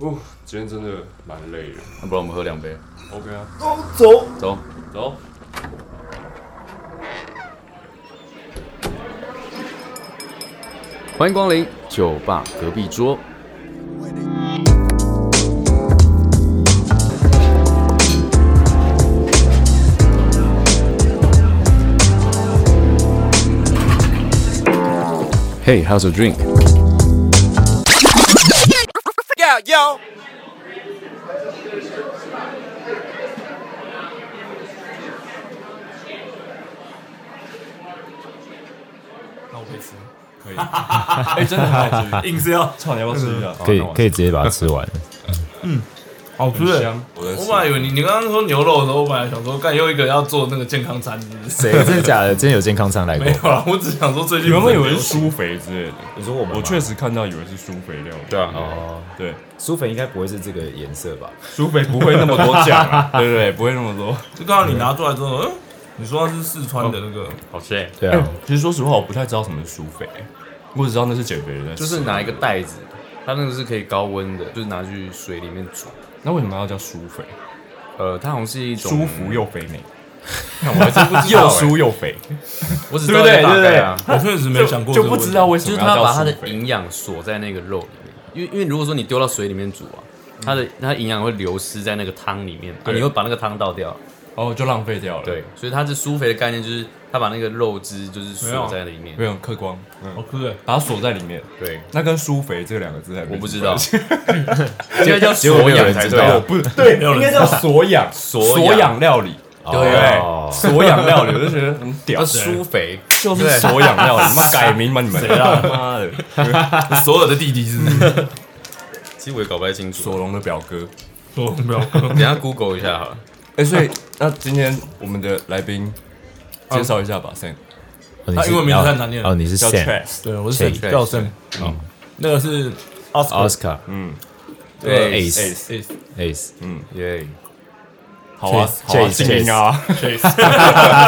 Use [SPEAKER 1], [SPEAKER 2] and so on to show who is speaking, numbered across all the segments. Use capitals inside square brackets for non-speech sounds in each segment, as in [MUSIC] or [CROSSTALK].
[SPEAKER 1] 哦，今天真的蛮累的。
[SPEAKER 2] 那啊不然我们喝两杯，
[SPEAKER 1] OK 啊，
[SPEAKER 3] 走，
[SPEAKER 2] 走。
[SPEAKER 1] 走。
[SPEAKER 2] 欢迎光临酒吧隔壁桌。Hey, how's your drink?
[SPEAKER 1] 可以。哎，真的很好吃，硬是要操，你要不要吃一下？
[SPEAKER 4] 可以
[SPEAKER 2] 哦
[SPEAKER 4] 可以直接把它吃
[SPEAKER 2] [LAUGHS]
[SPEAKER 4] 完。
[SPEAKER 3] 好吃
[SPEAKER 1] 很
[SPEAKER 3] 欸。
[SPEAKER 1] 香。我在
[SPEAKER 3] 我
[SPEAKER 1] 吃
[SPEAKER 3] 本。来以为你，你刚刚说牛肉的时候，我本来想说，干又一个要做那个健康餐，
[SPEAKER 4] 谁？真的假的？真的有健康餐来 [LAUGHS] 过
[SPEAKER 3] 没？有啊啦，我只想说最近
[SPEAKER 1] 原本以为
[SPEAKER 3] 有
[SPEAKER 1] 是苏肥之类的，
[SPEAKER 4] 你说我们吗
[SPEAKER 1] 我确实看到以为是苏肥料理。对啊，
[SPEAKER 4] 哦，
[SPEAKER 1] 对，
[SPEAKER 4] 苏粉应该不会是这个颜色吧？
[SPEAKER 1] 苏肥不会那么多酱啊， [LAUGHS] 对对对，不会那么多。
[SPEAKER 3] 就刚刚你拿出来之后，嗯，你说它是四川的那个，
[SPEAKER 1] 好吃
[SPEAKER 2] 欸
[SPEAKER 1] 哎。
[SPEAKER 4] 对啊，
[SPEAKER 1] 其实说实话，我不太知道什么是苏肥，我只知道那是减肥人在吃。
[SPEAKER 2] 就是拿一个袋子，它那个是可以高温的，就是拿去水里面煮。
[SPEAKER 1] 那为什么要叫苏肥？
[SPEAKER 2] 呃，它好像是一种
[SPEAKER 1] 舒服又 [LAUGHS] 肥美。看我还真不知道，又欸酥又肥，
[SPEAKER 2] 我只
[SPEAKER 1] 对不对
[SPEAKER 2] 知道一个大概啊
[SPEAKER 3] 我确实没想过，
[SPEAKER 1] 就不知道。为什
[SPEAKER 2] 就是
[SPEAKER 1] 么
[SPEAKER 2] 它
[SPEAKER 1] 要
[SPEAKER 2] 把
[SPEAKER 1] 叫
[SPEAKER 2] 它的
[SPEAKER 1] 苏肥。
[SPEAKER 2] 营养锁在那个肉里面，因为因为如果说你丢到水里面煮啊，它的它营养会流失在那个汤里面，啊、
[SPEAKER 1] 对
[SPEAKER 2] 你会把那个汤倒掉。
[SPEAKER 1] 哦，就浪费掉了。
[SPEAKER 2] 对，，所以它是苏肥的概念，就是它把那个肉汁就是锁在里面
[SPEAKER 1] 没。有客光，
[SPEAKER 3] 好
[SPEAKER 1] 嗯，
[SPEAKER 3] 吃欸，
[SPEAKER 1] 把它锁在里面。
[SPEAKER 2] 对，
[SPEAKER 1] 那跟苏肥这两个字还
[SPEAKER 2] 我不知
[SPEAKER 1] 什么
[SPEAKER 2] 道 [LAUGHS]
[SPEAKER 1] 关系，
[SPEAKER 2] 应该叫
[SPEAKER 4] 结果
[SPEAKER 2] 锁
[SPEAKER 4] 没有
[SPEAKER 2] 养
[SPEAKER 4] 人
[SPEAKER 2] 才
[SPEAKER 4] 知
[SPEAKER 2] 对
[SPEAKER 4] 道
[SPEAKER 2] 啊
[SPEAKER 1] 我。哦不对，
[SPEAKER 3] 没有
[SPEAKER 1] 应
[SPEAKER 3] 人
[SPEAKER 1] 该叫锁养，锁
[SPEAKER 2] 养
[SPEAKER 1] 养料理，
[SPEAKER 2] 对
[SPEAKER 4] 哦
[SPEAKER 1] 锁养料理，我就觉得很屌
[SPEAKER 2] 叫，苏肥，
[SPEAKER 1] 就是锁养料理，妈改名吗你们？啊妈的，
[SPEAKER 3] 所有的弟弟是不是
[SPEAKER 4] 嗯
[SPEAKER 2] [LAUGHS] 其实我也搞不太清楚。
[SPEAKER 1] 索隆的表哥。
[SPEAKER 3] 说哦不要喝
[SPEAKER 2] 等一下 Google 一下好了。
[SPEAKER 1] 哎，所以那今天我们的来宾介绍一下吧，Sam，
[SPEAKER 4] 哦你
[SPEAKER 3] 他
[SPEAKER 4] 是
[SPEAKER 3] 英文名字太难念了
[SPEAKER 4] 哦，你是
[SPEAKER 1] 叫
[SPEAKER 4] Sam
[SPEAKER 1] Chase，
[SPEAKER 3] 对，我是
[SPEAKER 4] 谁
[SPEAKER 3] 吊胜，嗯，那个是 Oscar，
[SPEAKER 4] Oscar
[SPEAKER 2] 对
[SPEAKER 4] Ace Ace，
[SPEAKER 2] 耶，
[SPEAKER 1] 好啊，
[SPEAKER 4] Chase，
[SPEAKER 1] 好啊，
[SPEAKER 4] Chase，
[SPEAKER 1] 精英啊，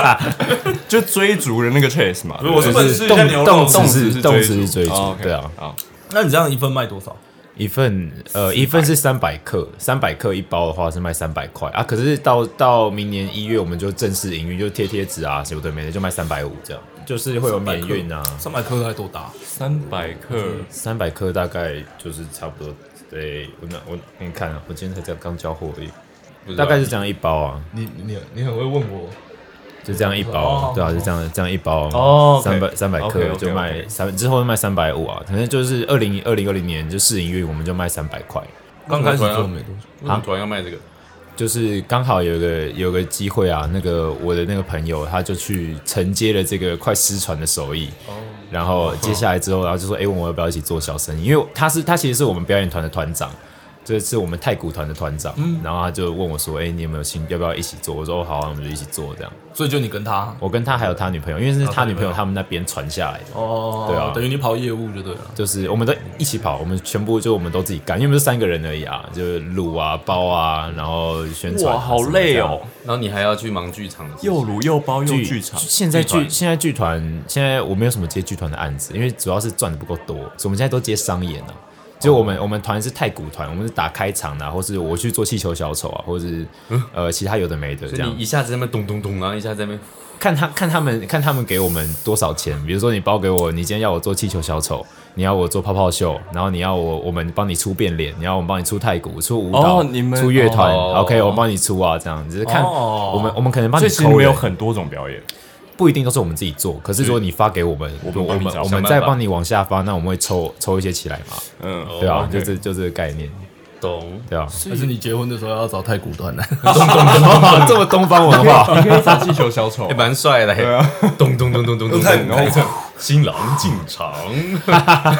[SPEAKER 1] [LAUGHS] 就追逐的那个 Chase 嘛。对不
[SPEAKER 3] 我
[SPEAKER 1] 对
[SPEAKER 3] 是
[SPEAKER 4] 就
[SPEAKER 3] 本
[SPEAKER 4] 是
[SPEAKER 3] 是一下牛肉，
[SPEAKER 4] 动动
[SPEAKER 1] 动
[SPEAKER 4] 词是动词是追
[SPEAKER 1] 哦
[SPEAKER 4] 逐，
[SPEAKER 1] ，OK，
[SPEAKER 4] 对啊，
[SPEAKER 1] 好，
[SPEAKER 3] 那你这样一份卖多少？
[SPEAKER 4] 一份呃一份是三百克，三百克一包的话是卖三百块啊，可是到到明年一月我们就正式营运，就贴贴纸啊什么的，每天就卖三百五这样，就是会有免运啊，
[SPEAKER 3] 三百克还多大？
[SPEAKER 1] 三百克，
[SPEAKER 4] 三百克大概就是差不多。对，我那我给你看啊，我今天才刚刚交货而已，大概是这样一包啊，
[SPEAKER 3] 你你你很会问我，
[SPEAKER 4] 就这样一
[SPEAKER 3] 哦
[SPEAKER 4] 包，对啊，就这样这样一包，
[SPEAKER 1] 哦，OK
[SPEAKER 4] 三百三百
[SPEAKER 1] OK，OK，
[SPEAKER 4] 克
[SPEAKER 1] OK
[SPEAKER 4] 就卖三，之后卖三百五啊，反正就是二零二零二零年就试营运，我们就卖三百块，
[SPEAKER 3] 刚开始
[SPEAKER 2] 为什么突然要
[SPEAKER 3] 做没多久，
[SPEAKER 2] 为什么突然要卖这个？
[SPEAKER 4] 就是刚好有一个有个机会啊，那个我的那个朋友他就去承接了这个快失传的手艺，
[SPEAKER 1] 哦
[SPEAKER 4] 然后接下来之后，然后就说，哎、我们要不要一起做小生意？因为他是他其实是我们表演团的团长，这是我们太古团的团长，
[SPEAKER 1] 嗯
[SPEAKER 4] 然后他就问我说，哎、你有没有兴要不要一起做？我说哦好、啊，我们就一起做这样。
[SPEAKER 3] 所以就你跟他
[SPEAKER 4] 我跟他还有他女朋友，因为是他女朋友他们那边传下来的。
[SPEAKER 3] 哦，
[SPEAKER 4] 对啊
[SPEAKER 3] 等于你跑业务就对了。
[SPEAKER 4] 就是我们都一起跑，我们全部就我们都自己干，因为我们是三个人而已啊，就是录啊、包啊，然后宣传、啊。
[SPEAKER 1] 哇，好
[SPEAKER 4] 什么
[SPEAKER 1] 累
[SPEAKER 4] 这样
[SPEAKER 1] 哦，
[SPEAKER 2] 然后你还要去忙剧场的事情，
[SPEAKER 1] 又卤又包又剧场，
[SPEAKER 4] 现在
[SPEAKER 1] 剧
[SPEAKER 4] 剧现在剧团现在我没有什么接剧团的案子，因为主要是赚的不够多，所以我们现在都接商演啊。就我
[SPEAKER 1] 哦
[SPEAKER 4] 们、我们团是太古团，我们是打开场啊，或是我去做气球小丑啊，或是、
[SPEAKER 1] 嗯
[SPEAKER 4] 呃其他有的没的
[SPEAKER 2] 所
[SPEAKER 4] 这
[SPEAKER 2] 以
[SPEAKER 4] 样
[SPEAKER 2] 你。一下子在那边咚咚咚，然后一下子在那边
[SPEAKER 4] 看他看他们看他们给我们多少钱，比如说你包给我，你今天要我做气球小丑，你要我做泡泡秀，然后你要我我们帮你出变脸，你要我们帮你出太鼓、出舞蹈、
[SPEAKER 1] 哦你们
[SPEAKER 4] 出乐团、
[SPEAKER 2] 哦
[SPEAKER 4] o k 我帮你出啊，这样只是看、
[SPEAKER 3] 哦
[SPEAKER 4] 我们我们可能帮
[SPEAKER 1] 所
[SPEAKER 4] 你
[SPEAKER 1] 以其实你
[SPEAKER 4] 抠
[SPEAKER 1] 们有
[SPEAKER 4] 人，
[SPEAKER 1] 很多种表演，
[SPEAKER 4] 不一定都是我们自己做，可是如果你发给我们，我
[SPEAKER 1] 们
[SPEAKER 4] 我
[SPEAKER 1] 帮你
[SPEAKER 4] 们
[SPEAKER 1] 找
[SPEAKER 4] 我
[SPEAKER 1] 想
[SPEAKER 4] 们
[SPEAKER 2] 办
[SPEAKER 4] 再
[SPEAKER 2] 法
[SPEAKER 4] 帮你往下发，那我们会抽抽一些起来嘛，
[SPEAKER 1] 嗯，
[SPEAKER 4] 对啊，
[SPEAKER 1] [LAUGHS]
[SPEAKER 4] 就
[SPEAKER 1] OK
[SPEAKER 4] 这就这个概念，
[SPEAKER 2] 咚。
[SPEAKER 4] 对啊，
[SPEAKER 3] 但是你结婚的时候要找太古团来，
[SPEAKER 4] [LAUGHS] 这么东 [LAUGHS] 方文化，
[SPEAKER 1] [LAUGHS] 你可以打气球小丑啊
[SPEAKER 2] 也，哎蛮帅的，
[SPEAKER 4] 啊
[SPEAKER 2] 咚咚咚
[SPEAKER 1] [LAUGHS]
[SPEAKER 2] 咚咚咚咚，
[SPEAKER 1] 然后
[SPEAKER 2] 新郎进场，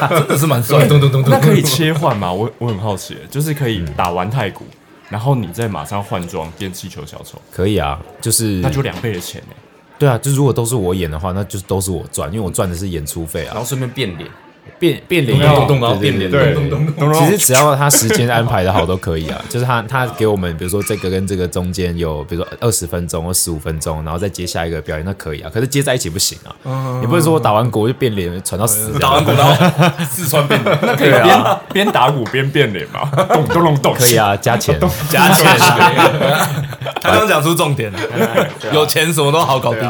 [SPEAKER 3] 真的是蛮帅的。
[SPEAKER 2] 咚咚咚咚，
[SPEAKER 1] 那可以切换吗？我我很好奇，就是可以
[SPEAKER 4] 嗯
[SPEAKER 1] 打完太鼓，然后你再马上换装变气球小丑，
[SPEAKER 4] 可以啊，就是
[SPEAKER 1] 那就两倍的钱欸呢。
[SPEAKER 4] 对啊，就如果都是我演的话，那就都是我赚，因为我赚的是演出费啊
[SPEAKER 2] 然。后顺便变脸，
[SPEAKER 4] 变变脸
[SPEAKER 2] 咚哦咚咚，然后变
[SPEAKER 4] 对
[SPEAKER 2] 脸，
[SPEAKER 4] 对对
[SPEAKER 1] 对
[SPEAKER 2] 咚咚咚。
[SPEAKER 1] 咚咚
[SPEAKER 4] 其实只要他时间安排的好都可以啊， [LAUGHS] 就是他他给我们，比如说这个跟这个中间有，比如说二十分钟或十五分钟，然后再接下一个表演，那可以啊。可是接在一起不行啊，你不能说我打完鼓就变脸传到死这样，
[SPEAKER 3] 打完 [LAUGHS] 鼓然后四川变脸，
[SPEAKER 1] 那可以边边打鼓边变脸
[SPEAKER 4] [LAUGHS]
[SPEAKER 1] 嘛，咚咚咚咚，
[SPEAKER 4] 可以啊，加
[SPEAKER 1] [LAUGHS]
[SPEAKER 4] 钱。
[SPEAKER 3] 加钱。他刚讲出重点了，有钱什么都好搞定。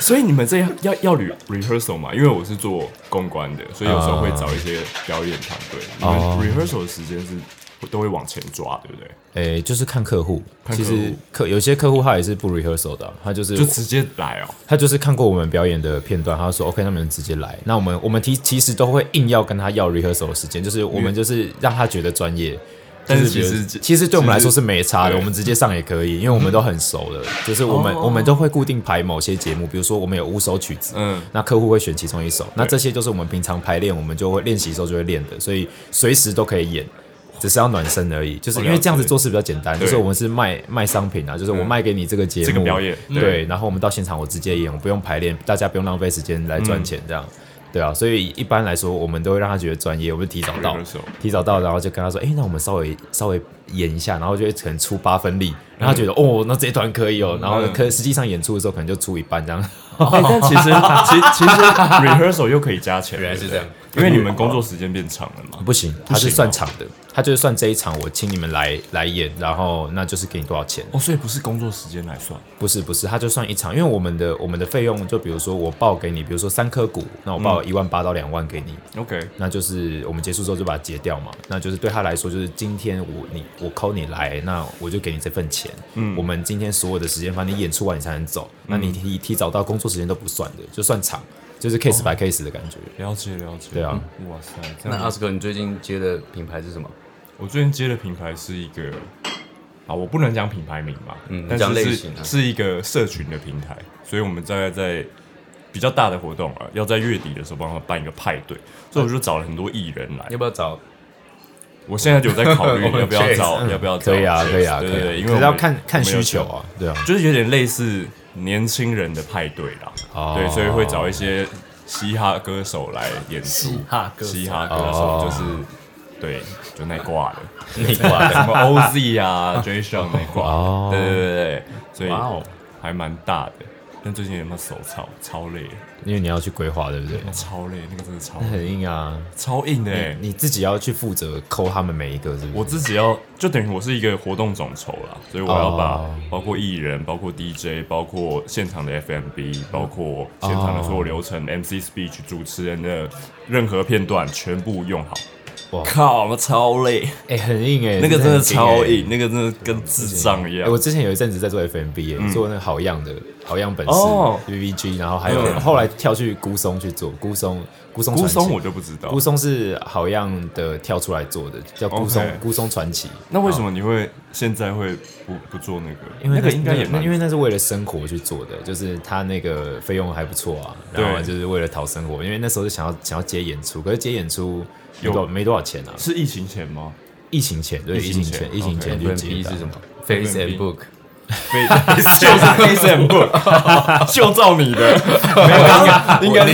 [SPEAKER 1] 所以你们这样要要 re rehearsal 嘛？因为我是做公关的，所以有时候会找一些表演团队。你们
[SPEAKER 4] 哦
[SPEAKER 1] rehearsal 的时间是都会往前抓，对不对？
[SPEAKER 4] 诶、哎就是看客户，
[SPEAKER 1] 看
[SPEAKER 4] 其
[SPEAKER 1] 客户
[SPEAKER 4] 实客有些客户他也是不 rehearsal 的啊，他就是
[SPEAKER 1] 就直接来哦。
[SPEAKER 4] 他就是看过我们表演的片段，他就说 OK，那你们直接来。那我们我们其其实都会硬要跟他要 rehearsal 的时间，就是我们就是让他觉得专业。
[SPEAKER 1] 嗯但是
[SPEAKER 4] 就觉得
[SPEAKER 1] 其实
[SPEAKER 4] 其实对我们来说是没差的，
[SPEAKER 1] 对嗯哦
[SPEAKER 4] 我们直接上也可以，因为我们都很熟了。就是我们我们都会固定排某些节目，比如说我们有五首曲子，
[SPEAKER 1] 嗯
[SPEAKER 4] 那客户会选其中一首，那这些就是我们平常排练，我们就会练习的时候就会练的，所以随时都可以演。只是要暖身而已，
[SPEAKER 1] 哦
[SPEAKER 4] 就是因为这样子做事比较简单。就是我们是卖卖商品啊，就是我卖给你这个节目，
[SPEAKER 1] 嗯这个表演
[SPEAKER 4] 对，然后我们到现场我直接演，我不用排练，大家不用浪费时间来赚钱这样。对啊，所以一般来说，我们都会让他觉得专业，我们提早到
[SPEAKER 1] Rehearsal，
[SPEAKER 4] 提早到，然后就跟他说，哎、那我们稍微稍微演一下，然后就会可能出八分力，然后他觉得、哦，那这一团可以哦，然后可实际上演出的时候可能就出一半这样。
[SPEAKER 1] [LAUGHS] 哎但其实 [LAUGHS] 其其实 rehearsal 又可以加钱，
[SPEAKER 2] 原来是这样
[SPEAKER 1] 对不对，因为你们工作时间变长了嘛。
[SPEAKER 4] [LAUGHS] 不行， [LAUGHS] 哦他是算场的，他就是算这一场我请你们来来演，然后那就是给你多少钱。
[SPEAKER 1] 哦，所以不是工作时间来算，
[SPEAKER 4] 不是不是，它就算一场，因为我们的我们的费用，就比如说我报给你，比如说三颗股，那我报一万八到两万给你，
[SPEAKER 1] OK，
[SPEAKER 4] 那就是我们结束之后就把它结掉嘛，那就是对他来说就是今天我你我 call 你来，那我就给你这份钱，嗯，我们今天所有的时间，反正你演出完你才能走，
[SPEAKER 1] 嗯
[SPEAKER 4] 那你提提早到工作时间都不算的，就算场，就是
[SPEAKER 1] 哦
[SPEAKER 4] case by case 的感觉，
[SPEAKER 1] 了解了解。
[SPEAKER 4] 对啊，
[SPEAKER 1] 哇塞，这
[SPEAKER 2] 那
[SPEAKER 1] 样
[SPEAKER 2] 阿斯哥，你最近接的品牌是什么？
[SPEAKER 1] 我最近接的品牌是一个啊，我不能讲品牌名嘛，
[SPEAKER 2] 嗯
[SPEAKER 1] 但
[SPEAKER 2] 讲类
[SPEAKER 1] 是是、
[SPEAKER 2] 型啊
[SPEAKER 1] 是一个社群的平台，所以我们大概在比较大的活动啊，要在月底的时候帮他们办一个派对，所以我就找了很多艺人来。
[SPEAKER 2] 要不要找
[SPEAKER 1] 我现在就有在考虑要不 [LAUGHS] 要找，要不要找
[SPEAKER 4] 可以啊可以啊，
[SPEAKER 1] 对
[SPEAKER 4] 可
[SPEAKER 1] 对
[SPEAKER 4] 以啊
[SPEAKER 1] 对，因
[SPEAKER 4] 可
[SPEAKER 1] 为我
[SPEAKER 4] 是要
[SPEAKER 1] 们
[SPEAKER 4] 看看
[SPEAKER 1] 我们有
[SPEAKER 4] 需求啊，对啊，
[SPEAKER 1] 就是有点类似年轻人的派对啦，
[SPEAKER 4] 哦
[SPEAKER 1] 对，所以会找一些嘻哈歌手来演出，嘻
[SPEAKER 2] 哈歌手
[SPEAKER 1] 哈歌手
[SPEAKER 4] 哦
[SPEAKER 1] 就是。对，就那挂的，那挂的， [LAUGHS] 什么 OZ 啊、Jason 那
[SPEAKER 4] 哦
[SPEAKER 1] 挂的，对对对对，所以
[SPEAKER 2] 哇哦
[SPEAKER 1] 还蛮大的。但最近有没有手操？超累，
[SPEAKER 4] 因为你要去规划，对不对？
[SPEAKER 1] 超累，那个真的超
[SPEAKER 4] 很硬啊，
[SPEAKER 1] 超硬的欸。
[SPEAKER 4] 你自己要去负责抠他们每一个，是不是？
[SPEAKER 1] 我自己要就等于我是一个活动总筹啦，所以我要把
[SPEAKER 4] 哦
[SPEAKER 1] 包括艺人、包括 DJ、包括现场的 FMB、包括现场的所有流程、MC speech、主持人的任何片段全部用好。
[SPEAKER 4] 哇
[SPEAKER 1] 靠，超累，
[SPEAKER 4] 哎、很硬哎、
[SPEAKER 1] 那个真的
[SPEAKER 4] 很
[SPEAKER 1] 超
[SPEAKER 4] 欸
[SPEAKER 1] 硬，那个真的跟智障一
[SPEAKER 4] 哎、
[SPEAKER 1] 样嗯
[SPEAKER 4] 我。之前有一阵子在做 FMB，、欸做那个好样的好样本事、
[SPEAKER 1] 哦
[SPEAKER 4] VVG，然后还有、
[SPEAKER 1] 嗯
[SPEAKER 4] 后来跳去孤松去做孤松孤松
[SPEAKER 1] 孤
[SPEAKER 4] 传奇
[SPEAKER 1] 松我就不知道
[SPEAKER 4] 孤，松是好样的跳出来做的，叫孤松
[SPEAKER 1] OK
[SPEAKER 4] 孤松传奇。
[SPEAKER 1] 那为什么你会现在会不不做那个？
[SPEAKER 4] 因为
[SPEAKER 1] 那个应该也
[SPEAKER 4] 那
[SPEAKER 1] 蛮
[SPEAKER 4] 因为那是为了生活去做的，就是他那个费用还不错啊，
[SPEAKER 1] 对
[SPEAKER 4] 然后就是为了讨生活，因为那时候就想要想要接演出，可是接演出
[SPEAKER 1] 有
[SPEAKER 4] 有多少没多少钱啊，
[SPEAKER 1] 是疫情前吗？
[SPEAKER 4] 疫情前对
[SPEAKER 1] 疫
[SPEAKER 4] 疫
[SPEAKER 1] 情
[SPEAKER 4] 情
[SPEAKER 1] 前
[SPEAKER 4] 前疫情
[SPEAKER 1] OK
[SPEAKER 4] 前就接
[SPEAKER 2] FMB
[SPEAKER 4] 的啊
[SPEAKER 2] 是什么？Face and Book。
[SPEAKER 1] 非 [LAUGHS] 就是 SM book，就照你的，
[SPEAKER 3] 应该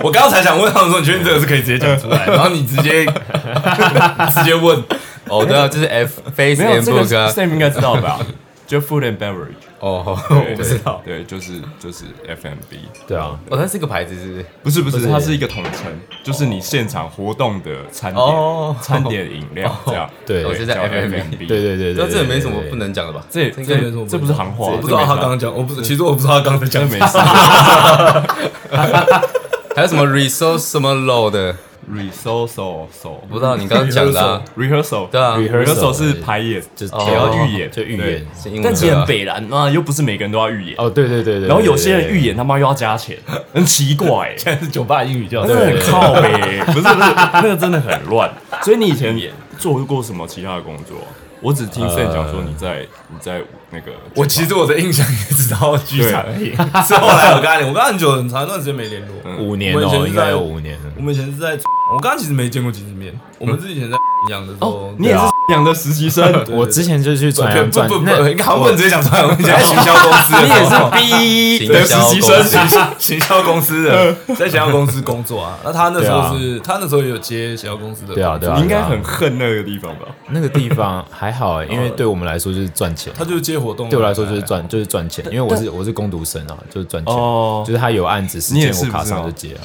[SPEAKER 3] 我 [LAUGHS] 刚刚才想问他们说，你确定这个是可以直接讲出来，然后你直接 [LAUGHS] 直接问，
[SPEAKER 2] 哦，对啊，就是 F Face
[SPEAKER 1] 没有
[SPEAKER 2] and
[SPEAKER 1] 这个
[SPEAKER 2] Book 啊。
[SPEAKER 1] Sam 应该知道
[SPEAKER 2] [LAUGHS]
[SPEAKER 1] 吧？就 Food and Beverage。
[SPEAKER 2] 哦，
[SPEAKER 1] 对
[SPEAKER 2] 我不知道。
[SPEAKER 1] 对，就是就是 FMB，
[SPEAKER 4] 对啊，
[SPEAKER 2] 哦，它是一个牌子，是不是？
[SPEAKER 1] 不是不是，
[SPEAKER 4] 是
[SPEAKER 1] 它是一个统称，就是你现场活动的餐点
[SPEAKER 2] 哦、
[SPEAKER 1] 餐点、饮料这样。
[SPEAKER 4] 对
[SPEAKER 1] 我
[SPEAKER 4] 我
[SPEAKER 1] 是
[SPEAKER 4] 是
[SPEAKER 2] 在
[SPEAKER 1] 叫
[SPEAKER 2] FMB
[SPEAKER 1] FMB。
[SPEAKER 4] 对对对对，
[SPEAKER 2] 那这也没
[SPEAKER 4] 对
[SPEAKER 2] 什么
[SPEAKER 4] 对
[SPEAKER 2] 不能讲的吧？
[SPEAKER 1] 这
[SPEAKER 2] 这
[SPEAKER 1] 这
[SPEAKER 2] 个
[SPEAKER 1] 这这不是行话，
[SPEAKER 3] 我不知道他
[SPEAKER 1] 这
[SPEAKER 3] 刚刚讲，我不，其实我不知道他刚才
[SPEAKER 1] 这
[SPEAKER 3] 讲什
[SPEAKER 1] 没
[SPEAKER 3] 么。
[SPEAKER 1] 事。
[SPEAKER 2] 还有什么 resource 什么 low 的，
[SPEAKER 1] rehearsal 手
[SPEAKER 2] 我不知道你刚刚讲的啊，
[SPEAKER 1] rehearsal
[SPEAKER 2] 对啊
[SPEAKER 1] rehearsal
[SPEAKER 4] rehearsal
[SPEAKER 1] 是排演，
[SPEAKER 4] 就
[SPEAKER 1] 也要预演，
[SPEAKER 4] 就预
[SPEAKER 1] 对
[SPEAKER 4] 演。
[SPEAKER 2] 是英文
[SPEAKER 1] 但其实
[SPEAKER 2] 的
[SPEAKER 1] 很
[SPEAKER 2] 啊。
[SPEAKER 1] 北蓝嘛，又不是每个人都要预演。
[SPEAKER 4] 哦，对对对对，
[SPEAKER 1] 然后有些人预
[SPEAKER 4] 演
[SPEAKER 1] 演他妈又要加钱，很奇怪欸。
[SPEAKER 3] 是酒吧英语教
[SPEAKER 1] 那个很靠北， [LAUGHS] 不是不是，那个真的很乱。所以你以前也做过什么其他的工作啊、我只听 Sam 讲说你在、你在那个，
[SPEAKER 3] 呃我其实我的印象也只到剧场而已， [LAUGHS] 是后来我跟他聊，我跟他很久很长一段时间没联络。
[SPEAKER 4] 五年
[SPEAKER 3] 我以前
[SPEAKER 4] 哦，
[SPEAKER 3] 是
[SPEAKER 4] 应该
[SPEAKER 3] 在
[SPEAKER 4] 有五年。
[SPEAKER 3] 我们以前是在，我刚刚其实没见过几次面，我们之前在养的时候，
[SPEAKER 1] 你也是养的实习
[SPEAKER 3] 啊
[SPEAKER 1] 生，
[SPEAKER 4] 我之前就去传
[SPEAKER 3] 对
[SPEAKER 4] 扬
[SPEAKER 3] 不
[SPEAKER 4] 传
[SPEAKER 3] 不，不，
[SPEAKER 4] 那
[SPEAKER 3] 你刚刚不能直接讲出来，我跟你讲，行销公司，你也是
[SPEAKER 2] B
[SPEAKER 1] 的实习生
[SPEAKER 3] 行销行销公司的，在行销公司工作啊。那他那时候是，他那时候也有接行销公司的，
[SPEAKER 4] 对啊，对啊，
[SPEAKER 1] 你应该
[SPEAKER 4] 对啊
[SPEAKER 1] 很恨那个地方吧？
[SPEAKER 4] 那个地方还好欸，因为对我们来说就是赚钱，
[SPEAKER 3] 他就是接活动，
[SPEAKER 4] 对我来说就是赚就是赚钱，因为我是我是工读生啊，就是赚钱，
[SPEAKER 1] 哦
[SPEAKER 4] 就是他有案子时
[SPEAKER 1] 你也
[SPEAKER 4] 间
[SPEAKER 1] 是
[SPEAKER 4] 我卡
[SPEAKER 1] 不是
[SPEAKER 4] 上
[SPEAKER 1] 哦
[SPEAKER 4] 就接啊。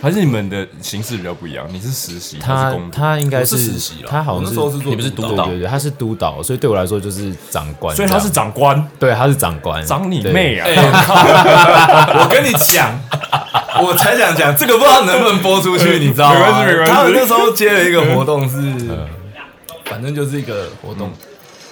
[SPEAKER 1] 还是你们的形式比较不一样？你是实习，还是
[SPEAKER 4] 他
[SPEAKER 1] 工作，
[SPEAKER 4] 他应该
[SPEAKER 3] 我是实习了，
[SPEAKER 4] 他好
[SPEAKER 3] 我
[SPEAKER 4] 像
[SPEAKER 3] 那时候是做，
[SPEAKER 2] 你不是督
[SPEAKER 4] 对
[SPEAKER 2] 导
[SPEAKER 4] 对对，他是督导，所以对我来说就是长官这
[SPEAKER 1] 所以
[SPEAKER 4] 样，
[SPEAKER 1] 他是长官，
[SPEAKER 4] 对他是长官，
[SPEAKER 1] 长你
[SPEAKER 4] 对
[SPEAKER 1] 妹！啊！
[SPEAKER 3] 我跟你讲，我才想讲这个，不知道能不能播出去，你知道吗？
[SPEAKER 1] 呃没关系没关嗯系
[SPEAKER 3] 他们那时候接了一个活动是，反正就是一个活动。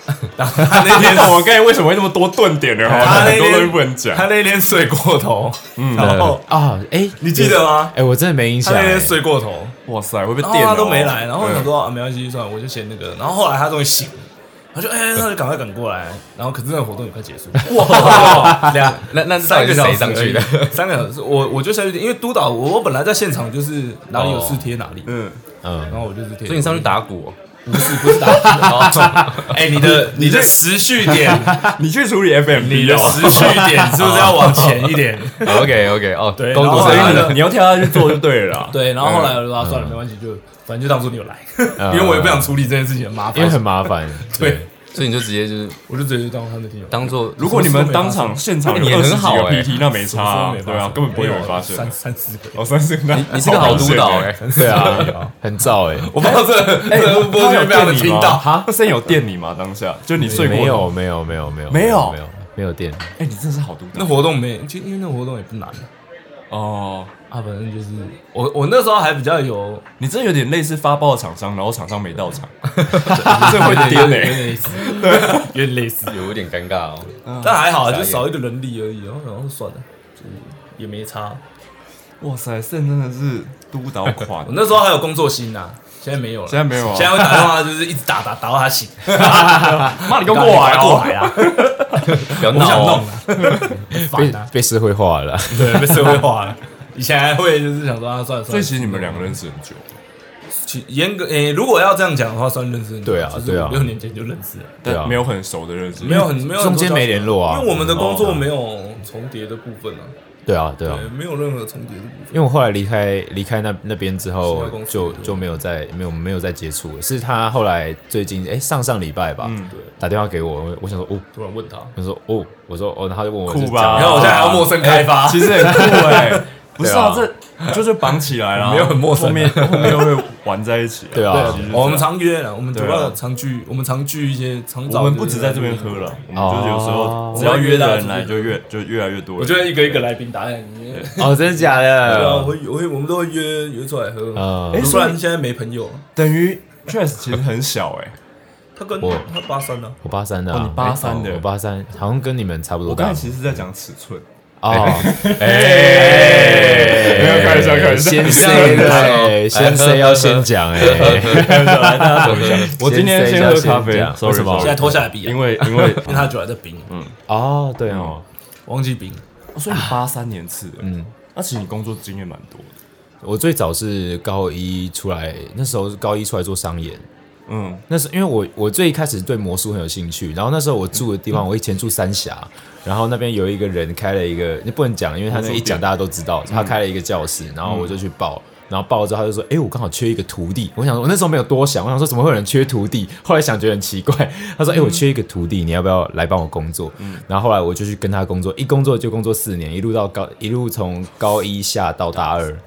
[SPEAKER 3] [LAUGHS] 然后他那
[SPEAKER 1] [LAUGHS] [LAUGHS] 你
[SPEAKER 3] 天
[SPEAKER 1] 看嗯我刚才为什么会那么多顿点呢？好
[SPEAKER 3] 他
[SPEAKER 1] 像
[SPEAKER 3] 那
[SPEAKER 1] 很多东西
[SPEAKER 3] 天
[SPEAKER 1] 不能讲。
[SPEAKER 3] 他那天睡过头，
[SPEAKER 1] 嗯
[SPEAKER 3] 然后
[SPEAKER 4] 啊，哎，
[SPEAKER 3] 你记得吗？
[SPEAKER 4] 哎，我真的没印
[SPEAKER 3] 他
[SPEAKER 4] 象
[SPEAKER 3] 那
[SPEAKER 4] 欸
[SPEAKER 3] 天，睡过头，
[SPEAKER 1] 哇塞，会被
[SPEAKER 3] 然
[SPEAKER 1] 电
[SPEAKER 3] 后
[SPEAKER 1] 了哦
[SPEAKER 3] 他啊都没来，然后我想
[SPEAKER 1] 嗯
[SPEAKER 3] 说啊，没关系，算了，我就嫌那个。然后后来他终于醒了，他就哎，那就赶快赶过来。然后可是那个活动也快结束，哇， [LAUGHS] 两
[SPEAKER 2] 那那到
[SPEAKER 3] 三
[SPEAKER 2] 底
[SPEAKER 3] 个
[SPEAKER 2] 是
[SPEAKER 3] 小时
[SPEAKER 2] 谁上去的？
[SPEAKER 3] 而已？三个小时，我我就下去点，因为督导我我本来在现场就是哪里有事贴哪里，
[SPEAKER 1] 嗯，
[SPEAKER 4] 嗯
[SPEAKER 3] 然，后我就是贴。
[SPEAKER 2] 所以你上去打鼓哦，
[SPEAKER 3] 哎，你的你的时序点，
[SPEAKER 1] 嗯你去处理 FMB，
[SPEAKER 3] 你的时序点是不是要往前一点？
[SPEAKER 2] OK OK 哦，
[SPEAKER 3] 对
[SPEAKER 2] 公主
[SPEAKER 3] 然后
[SPEAKER 1] 所
[SPEAKER 2] 生
[SPEAKER 1] 以
[SPEAKER 3] 来
[SPEAKER 2] 日
[SPEAKER 3] 呢
[SPEAKER 1] 你你要跳下去做就对了啦。
[SPEAKER 3] [LAUGHS] 对，然后后来我就说啊算了，没关系，就反正就当做你有来， [LAUGHS] 因为我也不想处理这件事情很麻
[SPEAKER 4] 因为
[SPEAKER 3] 烦。
[SPEAKER 4] 很麻烦，
[SPEAKER 3] 对，
[SPEAKER 2] 所以你就直接就是
[SPEAKER 3] 我就直接当他的听友。
[SPEAKER 2] 当做
[SPEAKER 1] 如果你们当场现场有
[SPEAKER 2] 你也
[SPEAKER 1] 二十
[SPEAKER 2] 很
[SPEAKER 1] 几
[SPEAKER 2] 好
[SPEAKER 1] 个
[SPEAKER 2] 欸
[SPEAKER 1] PT，那没差
[SPEAKER 3] 什么
[SPEAKER 1] 啊
[SPEAKER 3] 时候没，发
[SPEAKER 1] 对啊，
[SPEAKER 3] 生
[SPEAKER 1] 根本不会有人发现。
[SPEAKER 3] 三三四个。
[SPEAKER 1] 哦，三十个，
[SPEAKER 2] 你是个好督导哎
[SPEAKER 1] 哎。，
[SPEAKER 3] [LAUGHS]
[SPEAKER 4] 对啊，很燥哎，
[SPEAKER 3] 我不知道这
[SPEAKER 1] 哎，
[SPEAKER 3] 这
[SPEAKER 1] 他
[SPEAKER 3] 播出去被他们听到，
[SPEAKER 1] 哈，他森有电你吗？当下就你睡过头
[SPEAKER 4] 没有？没有没有没有
[SPEAKER 1] 没有
[SPEAKER 4] 没有没有电，
[SPEAKER 1] 哎，你真的是好督
[SPEAKER 3] 那
[SPEAKER 1] 导
[SPEAKER 3] 活动没，就因为那活动也不难
[SPEAKER 1] 哦。
[SPEAKER 3] 啊啊，反正就是我我那时候还比较有
[SPEAKER 1] 你真的有点类似发报的厂商，然后厂商没到场， [LAUGHS] 你这会
[SPEAKER 3] 有
[SPEAKER 1] 颠
[SPEAKER 3] 点
[SPEAKER 1] 哎。
[SPEAKER 3] 类似，
[SPEAKER 2] 有点类似，有点尴尬哦。
[SPEAKER 3] 但还 [LAUGHS] 好啊，就少一个人力而已，然后然后算了，就是也没差。
[SPEAKER 1] 哇塞，森真的是督导款
[SPEAKER 3] [LAUGHS] 我，那时候还有工作心呐，现在没有了，
[SPEAKER 1] 现在没有
[SPEAKER 3] 现在
[SPEAKER 1] 啊？
[SPEAKER 3] 会打电话就是一直打打打到他 [LAUGHS] 醒，
[SPEAKER 1] 妈，你给我
[SPEAKER 3] 过
[SPEAKER 1] 过来
[SPEAKER 3] 来
[SPEAKER 1] 哦
[SPEAKER 3] 过！来啊，
[SPEAKER 2] 不要
[SPEAKER 3] 我不想
[SPEAKER 2] 闹哦
[SPEAKER 3] 弄，了，很
[SPEAKER 4] 被
[SPEAKER 3] 烦啊，
[SPEAKER 4] 被社会化了，
[SPEAKER 3] 对，被社会化了。以前还会就是想说啊，算了算
[SPEAKER 1] 所
[SPEAKER 3] 了
[SPEAKER 1] 以。其实你们两个认识很久，
[SPEAKER 3] 其严格诶，如果要这样讲的话，算认识很久。
[SPEAKER 4] 对啊
[SPEAKER 3] 就是
[SPEAKER 4] 对啊
[SPEAKER 3] 五六年前就认识了。
[SPEAKER 4] 对啊
[SPEAKER 1] 但没有很熟的认识，
[SPEAKER 3] 没有很没有很多
[SPEAKER 4] 中间没联络啊
[SPEAKER 3] 因为我们的工
[SPEAKER 1] 哦
[SPEAKER 3] 作没有重叠的部分啊，
[SPEAKER 4] 对啊对啊
[SPEAKER 3] 对，，没有任何重叠的部
[SPEAKER 4] 因为我后来离开离开那那边之
[SPEAKER 3] 是
[SPEAKER 4] 后
[SPEAKER 3] 那公，司
[SPEAKER 4] 就
[SPEAKER 3] 对
[SPEAKER 4] 就没有再没有没有再接触了。是他后来最近哎、诶上上礼拜吧，
[SPEAKER 1] 嗯
[SPEAKER 4] 打电话给我，我我想说哦，
[SPEAKER 3] 分。突然问他，
[SPEAKER 4] 我说哦，我说哦，然后他就问我
[SPEAKER 1] 酷
[SPEAKER 4] 就
[SPEAKER 1] 吧
[SPEAKER 4] 讲
[SPEAKER 3] 然后我现在还要陌生开发，
[SPEAKER 1] 啊 [LAUGHS] 其实很酷哎、不是啊，
[SPEAKER 4] [LAUGHS] 对
[SPEAKER 1] 这就是绑起来了，
[SPEAKER 3] 没有很陌生啊
[SPEAKER 1] 后面后面又会玩在一起、
[SPEAKER 4] 对啊
[SPEAKER 1] 其实是这样
[SPEAKER 3] 哦我们常约了，我们主
[SPEAKER 1] 对啊
[SPEAKER 3] 要常聚，我们常聚一些常找。
[SPEAKER 1] 我们不止在这边喝，了，我们就是有时
[SPEAKER 4] 哦
[SPEAKER 1] 候只要约的人来，就越就越来越多人。
[SPEAKER 3] 我就会一个一个来宾打来，你
[SPEAKER 4] 哦，真的假
[SPEAKER 3] 对啊啊，我
[SPEAKER 4] 的？
[SPEAKER 3] 会我会我们都会约约出来喝。
[SPEAKER 4] 呃
[SPEAKER 1] 诶
[SPEAKER 3] 不然现在没朋友，
[SPEAKER 1] 等于 Tress 其实很小哎、
[SPEAKER 3] 他跟
[SPEAKER 4] 我
[SPEAKER 3] 他八三呢，
[SPEAKER 4] 我八三的、啊，
[SPEAKER 1] 哦你八三的
[SPEAKER 4] 诶哦我八三，好像跟你们差不多
[SPEAKER 1] 我
[SPEAKER 4] 大。
[SPEAKER 1] 刚才其实是在讲尺寸，
[SPEAKER 4] 哦，哎、
[SPEAKER 1] 没有开玩笑开玩笑
[SPEAKER 4] 先
[SPEAKER 2] 这
[SPEAKER 4] say
[SPEAKER 2] 样子啊
[SPEAKER 4] 对，先 say 要先讲哎、
[SPEAKER 1] 来大家等
[SPEAKER 2] [LAUGHS]
[SPEAKER 1] 一下。我今天先喝咖啡
[SPEAKER 4] 先讲
[SPEAKER 1] ，sorry，
[SPEAKER 4] 为什么
[SPEAKER 1] sorry
[SPEAKER 3] 现在脱下来比
[SPEAKER 1] 因
[SPEAKER 3] 啊，因为
[SPEAKER 1] 为嗯因
[SPEAKER 4] [LAUGHS]
[SPEAKER 1] 为
[SPEAKER 3] 因为他酒还在冰，啊
[SPEAKER 4] 哦，对哦，
[SPEAKER 3] 忘记冰。
[SPEAKER 1] 所以你八三年次的，嗯，那其实你工作经验蛮多的，
[SPEAKER 4] 我最早是高一出来，那时候是高一出来做商演，
[SPEAKER 1] 嗯，
[SPEAKER 4] 那是因为我我最一开始对魔术很有兴趣，然后那时候我住的地方，我以前住三峡，然后那边有一个人开了一个，你不能讲，因为他那一嗯讲大家都知道，他开了一个教室，然后我就去报。然后报了之后，他就说：“哎、我刚好缺一个徒弟。”我想说，我那时候没有多想，我想说怎么会有人缺徒弟？后来想觉得很奇怪。他说：“哎、我缺一个徒弟，你要不要来帮我工作？”然后后来我就去跟他工作，一工作就工作四年，一路到高，一路从高一下到大二。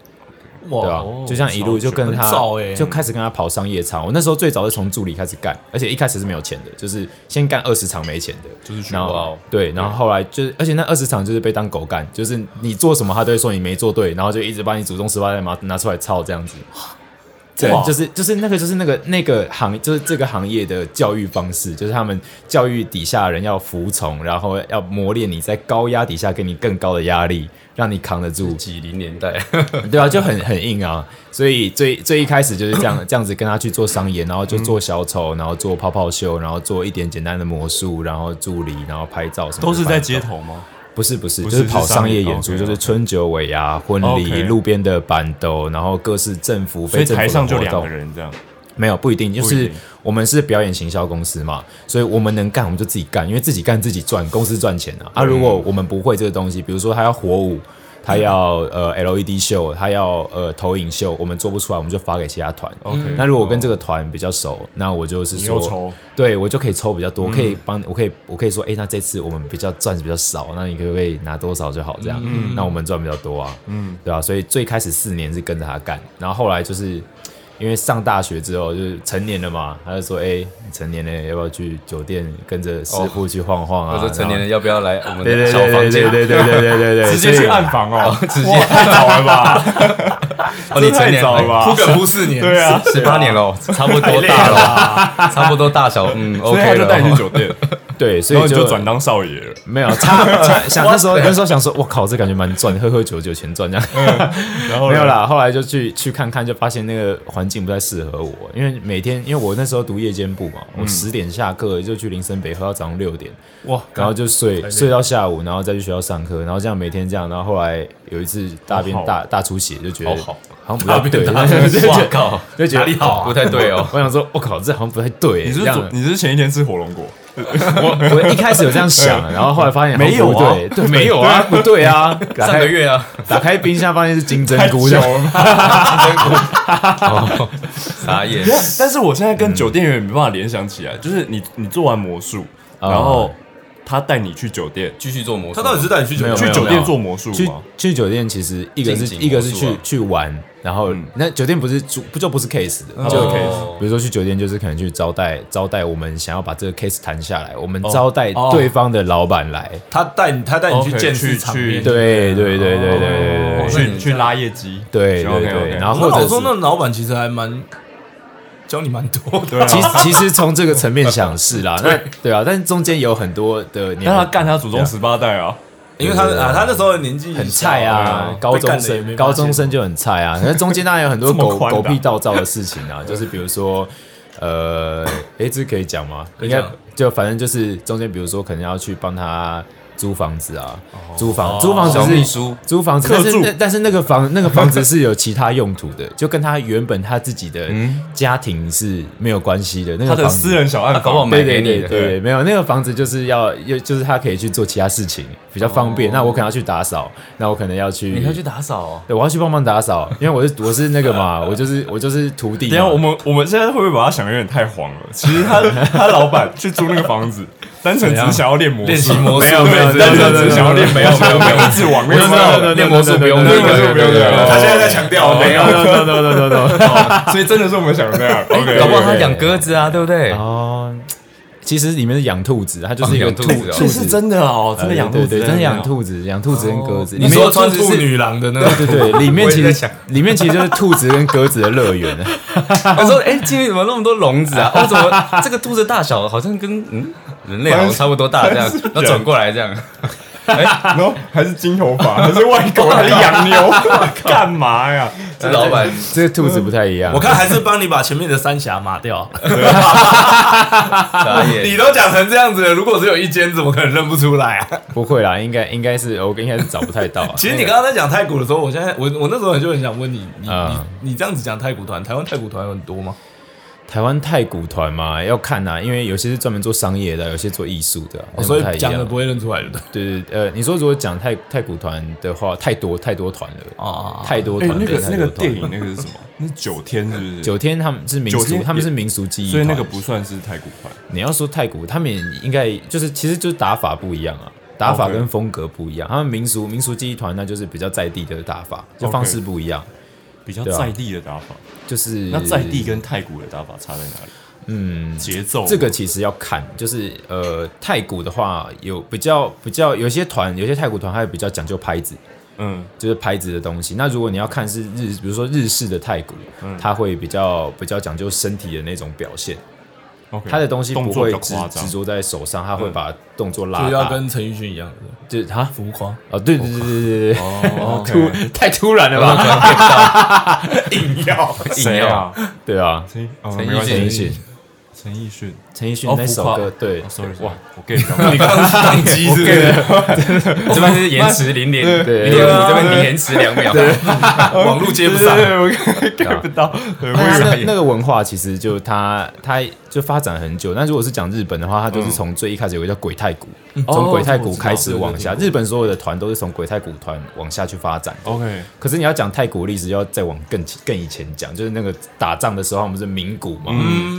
[SPEAKER 3] 哇
[SPEAKER 1] 啊
[SPEAKER 3] 哦
[SPEAKER 4] 对吧、啊就这样一路就跟他
[SPEAKER 3] 很早欸
[SPEAKER 4] 就开始跟他跑商业场。我那时候最早是从助理开始干，而且一开始是没有钱的，就是先干二十场没钱的，
[SPEAKER 1] 就是去
[SPEAKER 4] 然
[SPEAKER 1] 报
[SPEAKER 4] 后
[SPEAKER 3] 哦
[SPEAKER 4] 对，
[SPEAKER 3] 嗯
[SPEAKER 4] 然后后来就是，而且那二十场就是被当狗干，就是你做什么他都会说你没做对，然后就一直把你祖宗十八代拿拿出来操这样子。对
[SPEAKER 1] 哇，
[SPEAKER 4] 就是就是那个就是那个那个行，就是这个行业的教育方式，就是他们教育底下的人要服从，然后要磨练你在高压底下给你更高的压力，让你扛得住。
[SPEAKER 2] 几零年代，
[SPEAKER 4] 对啊，就很很硬啊，所以最最一开始就是这样这样子跟他去做商演，然后就做小丑，然后做泡泡秀，然后做一点简单的魔术，然后助理，然后拍照什么的，
[SPEAKER 1] 都是在
[SPEAKER 4] 反正
[SPEAKER 1] 街头吗？
[SPEAKER 4] 不是不是，
[SPEAKER 1] 不
[SPEAKER 4] 就是是跑商业演
[SPEAKER 1] 是商
[SPEAKER 4] 出，
[SPEAKER 1] 业
[SPEAKER 4] 就是春酒尾啊、婚礼、
[SPEAKER 1] OK
[SPEAKER 4] 路边的板斗，然后各式政府、
[SPEAKER 1] 所
[SPEAKER 4] 非
[SPEAKER 1] 以
[SPEAKER 4] 政
[SPEAKER 1] 台上
[SPEAKER 4] 府的
[SPEAKER 1] 就
[SPEAKER 4] 活
[SPEAKER 1] 两个
[SPEAKER 4] 动。
[SPEAKER 1] 人这样。
[SPEAKER 4] 没有不一定，就
[SPEAKER 1] 不一
[SPEAKER 4] 是
[SPEAKER 1] 定
[SPEAKER 4] 我们是表演行销公司嘛，所以我们能干我们就自己干，因为自己干自己赚，公司赚钱啊。啊，如果我们不会这个东西，比如说他要火舞，他要
[SPEAKER 1] 嗯
[SPEAKER 4] 呃 LED 秀，他要呃投影秀，我们做不出来，我们就发给其他团。
[SPEAKER 1] OK，
[SPEAKER 4] 那如果我跟这
[SPEAKER 1] 个
[SPEAKER 4] 个团比较熟，那我嗯就是
[SPEAKER 1] 你又
[SPEAKER 4] 说
[SPEAKER 1] 抽，
[SPEAKER 4] 对我就可以抽比较多，我可以帮，我可以，我可以说，哎，那这次我们比较赚比较少，那你可不可以拿多少就好这样？那我们赚比较多啊，嗯，对吧、所以最开始四年是跟着他干，然后后来就是因为上大学之后就是成年了嘛，他就说，哎，你成年了要不要去酒店跟着师傅去晃晃啊？
[SPEAKER 2] 我说成年
[SPEAKER 4] 人，
[SPEAKER 2] 人要不要来我们
[SPEAKER 4] 对
[SPEAKER 2] 的
[SPEAKER 4] 对
[SPEAKER 2] 小
[SPEAKER 4] 对
[SPEAKER 2] 房
[SPEAKER 4] 对对
[SPEAKER 2] 间？
[SPEAKER 4] 对对对对对对，
[SPEAKER 1] 直接去暗房哦， [LAUGHS]
[SPEAKER 2] 直接
[SPEAKER 1] 哇太早了吧？
[SPEAKER 2] 哦，你成
[SPEAKER 1] 太
[SPEAKER 2] 年
[SPEAKER 1] 早了
[SPEAKER 2] 了，
[SPEAKER 1] 吧
[SPEAKER 3] 铺？梗铺四年，
[SPEAKER 1] 对啊，
[SPEAKER 2] 十八年了，差不多大了，差不多大小，嗯
[SPEAKER 1] 所以他
[SPEAKER 2] ，OK
[SPEAKER 1] 就带你去
[SPEAKER 2] 了。 [LAUGHS]
[SPEAKER 1] 酒店，
[SPEAKER 4] 对，所
[SPEAKER 1] 然后
[SPEAKER 4] 以
[SPEAKER 1] 你就转当少爷了。
[SPEAKER 4] 没有，差差想那时候那时候想说，我靠，这感觉蛮赚，喝喝酒酒钱赚这样。
[SPEAKER 1] 然后
[SPEAKER 4] 没
[SPEAKER 1] 呢
[SPEAKER 4] 有，啦，后来就去去看看，就发现那个环境不太适合我，因为每天因为我那时候读夜间部嘛，我
[SPEAKER 1] 嗯
[SPEAKER 4] 十点下课就去林森北喝到早上六点，
[SPEAKER 1] 啊
[SPEAKER 3] 哇，
[SPEAKER 4] 然后就睡睡到下午，然后再去学校上课，然后这样每天这样，然后后来有一次大便
[SPEAKER 1] 好好
[SPEAKER 4] 大大出血，就觉
[SPEAKER 1] 哦
[SPEAKER 4] 得
[SPEAKER 2] 好
[SPEAKER 4] 好像不太 [LAUGHS] 对，
[SPEAKER 2] 啊哇靠，
[SPEAKER 4] 就觉
[SPEAKER 3] 哪
[SPEAKER 4] 得
[SPEAKER 3] 里好
[SPEAKER 2] 不
[SPEAKER 3] 啊？
[SPEAKER 2] 太对
[SPEAKER 1] [LAUGHS]
[SPEAKER 2] 哦。
[SPEAKER 4] 我想说，我靠，这好像不太对，
[SPEAKER 1] 你是
[SPEAKER 4] 这
[SPEAKER 1] 昨
[SPEAKER 4] 样。啊
[SPEAKER 1] 你是前一天吃火龙果，
[SPEAKER 4] 我我一开始有这样
[SPEAKER 1] [LAUGHS]
[SPEAKER 4] 想，然后后来发现好像
[SPEAKER 1] 没有
[SPEAKER 4] 不
[SPEAKER 1] 啊
[SPEAKER 4] 对，对，没有啊，不对啊，
[SPEAKER 1] [LAUGHS]
[SPEAKER 4] 打
[SPEAKER 2] 上
[SPEAKER 4] 开
[SPEAKER 2] 个月啊，
[SPEAKER 4] 打开冰箱发现是金针
[SPEAKER 1] 太
[SPEAKER 4] 菇，
[SPEAKER 1] 久
[SPEAKER 4] 这样
[SPEAKER 1] 了。
[SPEAKER 2] 傻眼。
[SPEAKER 1] 但是我现在跟酒店员没办法联想起来，就是你你做完魔术，
[SPEAKER 4] 嗯啊
[SPEAKER 1] 然后他带你去酒店，
[SPEAKER 2] 继续做魔术，
[SPEAKER 3] 他到底是带你去酒店
[SPEAKER 4] 没
[SPEAKER 1] 去
[SPEAKER 4] 有
[SPEAKER 1] 酒店做魔术
[SPEAKER 4] 去
[SPEAKER 1] 吗？哦
[SPEAKER 4] 去酒店，其实一个是
[SPEAKER 2] 近景
[SPEAKER 4] 一个
[SPEAKER 2] 魔术
[SPEAKER 4] 是
[SPEAKER 2] 啊
[SPEAKER 4] 去去玩，然后、
[SPEAKER 1] 嗯
[SPEAKER 4] 那酒店不是主不就不是 case 的，就、
[SPEAKER 1] OK
[SPEAKER 4] 比如说去酒店就是可能去招待招待我们想要把这个 case 谈下来，我们招待
[SPEAKER 1] 哦
[SPEAKER 4] 对方的老板来，
[SPEAKER 3] 他带你，他带你去
[SPEAKER 1] OK，
[SPEAKER 3] 见
[SPEAKER 1] 去
[SPEAKER 3] 识场面。
[SPEAKER 1] 去
[SPEAKER 4] 对对对对对对
[SPEAKER 2] 哦
[SPEAKER 4] 对
[SPEAKER 2] 那你
[SPEAKER 1] 去去拉业绩，
[SPEAKER 4] 对对
[SPEAKER 1] 行
[SPEAKER 4] 对对，
[SPEAKER 1] ，OK，OK
[SPEAKER 4] 然后
[SPEAKER 3] 我
[SPEAKER 4] 或
[SPEAKER 3] 老
[SPEAKER 4] 者
[SPEAKER 3] 说那
[SPEAKER 4] 是。
[SPEAKER 3] 老板其实还蛮教你蛮多的，
[SPEAKER 1] 对啊
[SPEAKER 4] 其实其实从这个层面想是
[SPEAKER 1] [LAUGHS]
[SPEAKER 4] 啦，那对啊，但是中间有很多的年
[SPEAKER 1] 但他干他祖宗十八代啊，
[SPEAKER 3] 因为他
[SPEAKER 4] 对对对
[SPEAKER 3] 啊，他那时候的年纪
[SPEAKER 4] 很菜
[SPEAKER 3] 小
[SPEAKER 4] 啊，高
[SPEAKER 3] 被干
[SPEAKER 4] 中
[SPEAKER 3] 得也没
[SPEAKER 4] 生
[SPEAKER 3] 发
[SPEAKER 4] 高中
[SPEAKER 3] 现
[SPEAKER 4] 生就很菜啊。 [LAUGHS] 那中间当然有很多
[SPEAKER 1] 这么
[SPEAKER 4] 狗
[SPEAKER 1] 宽的
[SPEAKER 4] 狗
[SPEAKER 1] 啊
[SPEAKER 4] 屁倒灶的事情啊， [LAUGHS] 就是比如说，呃，诶，这可以讲吗？应
[SPEAKER 3] 以
[SPEAKER 4] 该
[SPEAKER 3] 讲
[SPEAKER 4] 就反正就是中间，比如说可能要去帮他。租房子啊，租房租房
[SPEAKER 2] 哦小
[SPEAKER 4] 子
[SPEAKER 2] 秘
[SPEAKER 4] 是
[SPEAKER 2] 书
[SPEAKER 4] 租房子，
[SPEAKER 1] 客
[SPEAKER 4] 但是
[SPEAKER 1] 住
[SPEAKER 4] 那但是那个房那个房子是有其他用途的，就跟他原本他自己的家庭是没有关系的。那个
[SPEAKER 1] 他的
[SPEAKER 4] 房子
[SPEAKER 1] 私人小暗
[SPEAKER 2] 搞不好
[SPEAKER 1] 房，
[SPEAKER 2] 买
[SPEAKER 4] 对
[SPEAKER 2] 给
[SPEAKER 4] 对
[SPEAKER 2] 你
[SPEAKER 4] 对
[SPEAKER 2] 的
[SPEAKER 4] 对，没有那个房子就是要，又就是他可以去做其他事情，比较方便。那我可能要去打扫，那我可能要去，
[SPEAKER 2] 你要去打扫哦。
[SPEAKER 4] 对，我要去帮忙打扫，因为我是我是那个嘛，我就是我就是徒弟嘛。
[SPEAKER 1] 等一下，我们我们现在会不会把他想的有点太黄了？其实他他老板去租那个房子，单纯只是想要练魔术，
[SPEAKER 3] 练习魔术
[SPEAKER 1] 没有没有，
[SPEAKER 3] 对
[SPEAKER 1] 单纯
[SPEAKER 3] 对对
[SPEAKER 1] 只是想要练
[SPEAKER 3] 对对对
[SPEAKER 1] 没有没有一直往那个，
[SPEAKER 2] 练魔术不用
[SPEAKER 1] 练魔术不用那个
[SPEAKER 3] 他现在在强调
[SPEAKER 1] 没有
[SPEAKER 4] no no no no no no。
[SPEAKER 1] 所以真的是我们想的那样。OK，
[SPEAKER 2] 搞不好他养鸽子啊，对不对？
[SPEAKER 4] 哦，其实里面是养兔子，它就是一
[SPEAKER 2] 哦
[SPEAKER 4] 个
[SPEAKER 2] 养
[SPEAKER 4] 兔
[SPEAKER 2] 兔子哦
[SPEAKER 4] 兔子，
[SPEAKER 1] 的哦，
[SPEAKER 4] 呃对对，对真的养。兔子，养兔子跟鸽子。
[SPEAKER 3] 哦你
[SPEAKER 4] 里面
[SPEAKER 3] 说穿兔女郎的那个，
[SPEAKER 4] 对对，
[SPEAKER 3] [LAUGHS]
[SPEAKER 4] 里面其
[SPEAKER 2] 我也在
[SPEAKER 4] 实
[SPEAKER 2] 想
[SPEAKER 4] 里面其实就是兔子跟鸽子的乐园。
[SPEAKER 2] 我说，哎，今天怎么那么多笼子啊？哦，怎么这个兔子大小好像跟嗯人类好像差不多大这样？那转过来这样，
[SPEAKER 1] 然后还是金头发，还是外国，还是洋妞，干嘛呀？
[SPEAKER 2] 这老板
[SPEAKER 4] 这个兔子不太一样。
[SPEAKER 3] 我看还是帮你把前面的三峡抹 [LAUGHS] 掉。
[SPEAKER 2] 傻
[SPEAKER 3] 你
[SPEAKER 2] 眼。
[SPEAKER 3] 都讲成这样子了，如果只有一间，怎么可能认不出来啊？
[SPEAKER 4] 不会啦，应该应该是我应该是找不太到啊。
[SPEAKER 3] [LAUGHS] 其实你刚刚在讲太古的时候，我现在我我那时候就很想问你，你
[SPEAKER 4] 嗯
[SPEAKER 3] 你你这样子讲太古团，台湾太古团有很多吗？
[SPEAKER 4] 台湾太古团嘛，要看呐、因为有些是专门做商业的，有些做艺术的啊、
[SPEAKER 3] 哦
[SPEAKER 4] 那
[SPEAKER 3] 所
[SPEAKER 4] 不太
[SPEAKER 3] 以
[SPEAKER 4] 一
[SPEAKER 3] 讲的
[SPEAKER 4] 样。
[SPEAKER 3] 不会认出来的。
[SPEAKER 4] 对对对呃，你说如果讲太太古团的话，太多太多团了，
[SPEAKER 3] [LAUGHS] 哦，
[SPEAKER 4] 太多
[SPEAKER 1] 哎，
[SPEAKER 4] 团
[SPEAKER 1] 那
[SPEAKER 4] 队、
[SPEAKER 1] 个
[SPEAKER 4] 太
[SPEAKER 1] 那
[SPEAKER 4] 多
[SPEAKER 1] 个
[SPEAKER 4] 团
[SPEAKER 1] 电影那个是什么？那是九天是不是？
[SPEAKER 4] 九天他们是民
[SPEAKER 1] 九天
[SPEAKER 4] 俗，
[SPEAKER 1] 也
[SPEAKER 4] 他们是民俗记忆
[SPEAKER 1] 所以
[SPEAKER 4] 团，
[SPEAKER 1] 那个不算是太古派。
[SPEAKER 4] 你要说太古，他们也应该就是其实就是打法不一样啊，打法
[SPEAKER 1] OK
[SPEAKER 4] 跟风格不一样。他们民俗民俗记忆团那就是比较在地的打法，就
[SPEAKER 1] OK
[SPEAKER 4] 方式不一样。
[SPEAKER 1] 比较
[SPEAKER 4] 对啊
[SPEAKER 1] 在地的打法，
[SPEAKER 4] 就是
[SPEAKER 1] 那在地跟太古的打法差在哪里？嗯，节奏
[SPEAKER 4] 这个其实要看，就是呃，太古的话有比较比较，有些团有些太古团还有比较讲究拍子，
[SPEAKER 1] 嗯
[SPEAKER 4] 就是拍子的东西。那如果你要看是日，比如说日式的太古，它会比较比较讲究身体的那种表现，
[SPEAKER 1] ，OK，
[SPEAKER 4] 它的东西不
[SPEAKER 1] 动作比
[SPEAKER 4] 会
[SPEAKER 1] 较
[SPEAKER 4] 执
[SPEAKER 1] 夸张
[SPEAKER 4] 执，着在手上，它会把动作
[SPEAKER 3] 就
[SPEAKER 4] 拉
[SPEAKER 3] 要
[SPEAKER 4] 大，
[SPEAKER 3] 跟陈奕迅一样，
[SPEAKER 4] 就是它
[SPEAKER 3] 啊浮夸。
[SPEAKER 4] 哦，对对对对对对，
[SPEAKER 1] 哦
[SPEAKER 4] 突太突然
[SPEAKER 2] [LAUGHS]
[SPEAKER 4] 了吧？
[SPEAKER 1] 硬要
[SPEAKER 2] 硬要
[SPEAKER 1] 谁啊？
[SPEAKER 4] 对啊，
[SPEAKER 1] 陈陈哦
[SPEAKER 2] 陈
[SPEAKER 1] 没关系
[SPEAKER 2] 奕迅
[SPEAKER 4] 陈奕迅，
[SPEAKER 1] 陈奕迅，
[SPEAKER 4] 陈奕迅
[SPEAKER 2] 哦
[SPEAKER 4] 那首
[SPEAKER 2] 浮夸
[SPEAKER 4] 歌，对
[SPEAKER 2] 哦，sorry，
[SPEAKER 1] 哇
[SPEAKER 2] 哇，我 get 不
[SPEAKER 4] [LAUGHS]
[SPEAKER 2] 到，
[SPEAKER 3] 你刚刚是宕机是不是？
[SPEAKER 2] 这边是延迟零点
[SPEAKER 4] 对
[SPEAKER 2] 零点五，这边延迟两秒，
[SPEAKER 4] [LAUGHS]
[SPEAKER 2] 网络接不上
[SPEAKER 4] 对，我 get 不到。
[SPEAKER 1] 对
[SPEAKER 4] 那
[SPEAKER 1] 我以
[SPEAKER 4] 那
[SPEAKER 1] 为
[SPEAKER 4] 那个文化其实就它它就发展很久，但如果是讲日本的话，它
[SPEAKER 1] 嗯
[SPEAKER 4] 就是从最一开始有个叫鬼太鼓，
[SPEAKER 1] 哦
[SPEAKER 4] 从鬼太鼓开始往下，日本所有的团都是从鬼太鼓团往下去发展。
[SPEAKER 1] OK，
[SPEAKER 4] 可是你要讲太古历史，要再往更更以前讲，就是那个打仗的时候，我们是民鼓嘛，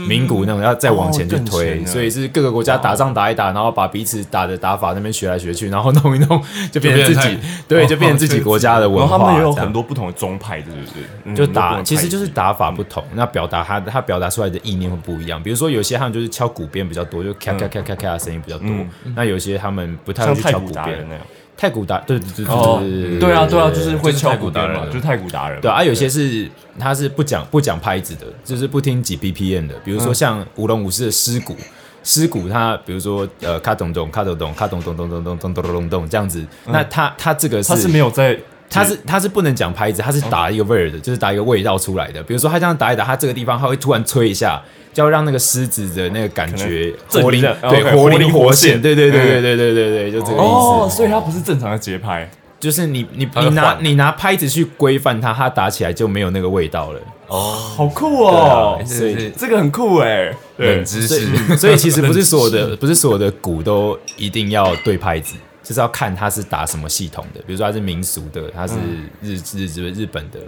[SPEAKER 4] 民鼓那种要再往前去
[SPEAKER 1] 嗯哦更
[SPEAKER 4] 推，
[SPEAKER 1] 前了
[SPEAKER 4] 所以是各个国家打仗打一打，然后把彼此打的打法那边学来学去，然后弄一弄，就变
[SPEAKER 3] 变
[SPEAKER 4] 成自
[SPEAKER 3] 成
[SPEAKER 4] 己
[SPEAKER 3] 太
[SPEAKER 4] 对，就变成自己国家的文
[SPEAKER 1] 哦然
[SPEAKER 4] 化。
[SPEAKER 1] 后他们也有
[SPEAKER 4] 这样
[SPEAKER 1] 很多不同的宗派，对不对？嗯
[SPEAKER 4] 就
[SPEAKER 1] 很多不同
[SPEAKER 4] 打，
[SPEAKER 1] 的
[SPEAKER 4] 其实
[SPEAKER 1] 派
[SPEAKER 4] 就是
[SPEAKER 1] 系
[SPEAKER 4] 打法不同，那表达他他表达出来的意念会不一样。比如说有些他们就是敲鼓边比较多，就咔咔咔咔咔的声音比较多
[SPEAKER 1] 嗯；
[SPEAKER 4] 那有些他们不太
[SPEAKER 1] 像
[SPEAKER 4] 会去
[SPEAKER 1] 太
[SPEAKER 4] 敲
[SPEAKER 1] 古
[SPEAKER 4] 鼓
[SPEAKER 1] 达人
[SPEAKER 4] 边。
[SPEAKER 1] 那样。
[SPEAKER 4] 太鼓打，对对对
[SPEAKER 2] 哦
[SPEAKER 4] 对
[SPEAKER 1] 对啊，对啊，就是会
[SPEAKER 2] 就是太
[SPEAKER 1] 敲
[SPEAKER 2] 古
[SPEAKER 1] 鼓
[SPEAKER 2] 达
[SPEAKER 1] 达
[SPEAKER 2] 人
[SPEAKER 1] 人，就是太古达人嘛。
[SPEAKER 4] 对啊，有些是他是不讲不讲拍子的，就是不听几 BPM 的，比如说像舞龙舞狮的狮鼓。狮鼓它，比如说，呃，咔咚咚，咔咚咚，咔咚咚咚咚咚咚咚咚咚咚这样子。那它它这个是
[SPEAKER 1] 他是没有在，
[SPEAKER 4] 它是它是不能讲拍子，它是打一个味儿的，就是打一个味道出来的。比如说它这样打一打，它这个地方它会突然吹一下，就要让那个狮子的那个感觉
[SPEAKER 1] 可能
[SPEAKER 4] 活
[SPEAKER 1] 震
[SPEAKER 4] 灵
[SPEAKER 1] 一下
[SPEAKER 4] 对
[SPEAKER 1] OK，
[SPEAKER 4] 活
[SPEAKER 1] 活
[SPEAKER 4] 灵
[SPEAKER 1] 灵
[SPEAKER 4] 活
[SPEAKER 1] 活
[SPEAKER 4] 现，
[SPEAKER 1] 现
[SPEAKER 4] 对对对对对对对对，就这个意思。
[SPEAKER 1] 哦，所以他不是正常的节拍。
[SPEAKER 4] 就是你你
[SPEAKER 2] 会
[SPEAKER 4] 你拿
[SPEAKER 2] 晃
[SPEAKER 4] 你拿拍子去规范它，它打起来就没有那个味道了。
[SPEAKER 1] 好酷哦
[SPEAKER 4] 对！啊
[SPEAKER 2] 所以
[SPEAKER 1] 这个很酷哎，
[SPEAKER 2] 冷
[SPEAKER 1] 对，
[SPEAKER 2] 知
[SPEAKER 4] 所
[SPEAKER 2] 识，
[SPEAKER 4] 以嗯所以其实不
[SPEAKER 1] [LAUGHS]
[SPEAKER 4] 是所有的不是所有的鼓都一定要对拍子。就是要看它是打什么系统的，比如说它是民俗的，它是
[SPEAKER 1] 嗯
[SPEAKER 4] 日日日日本的。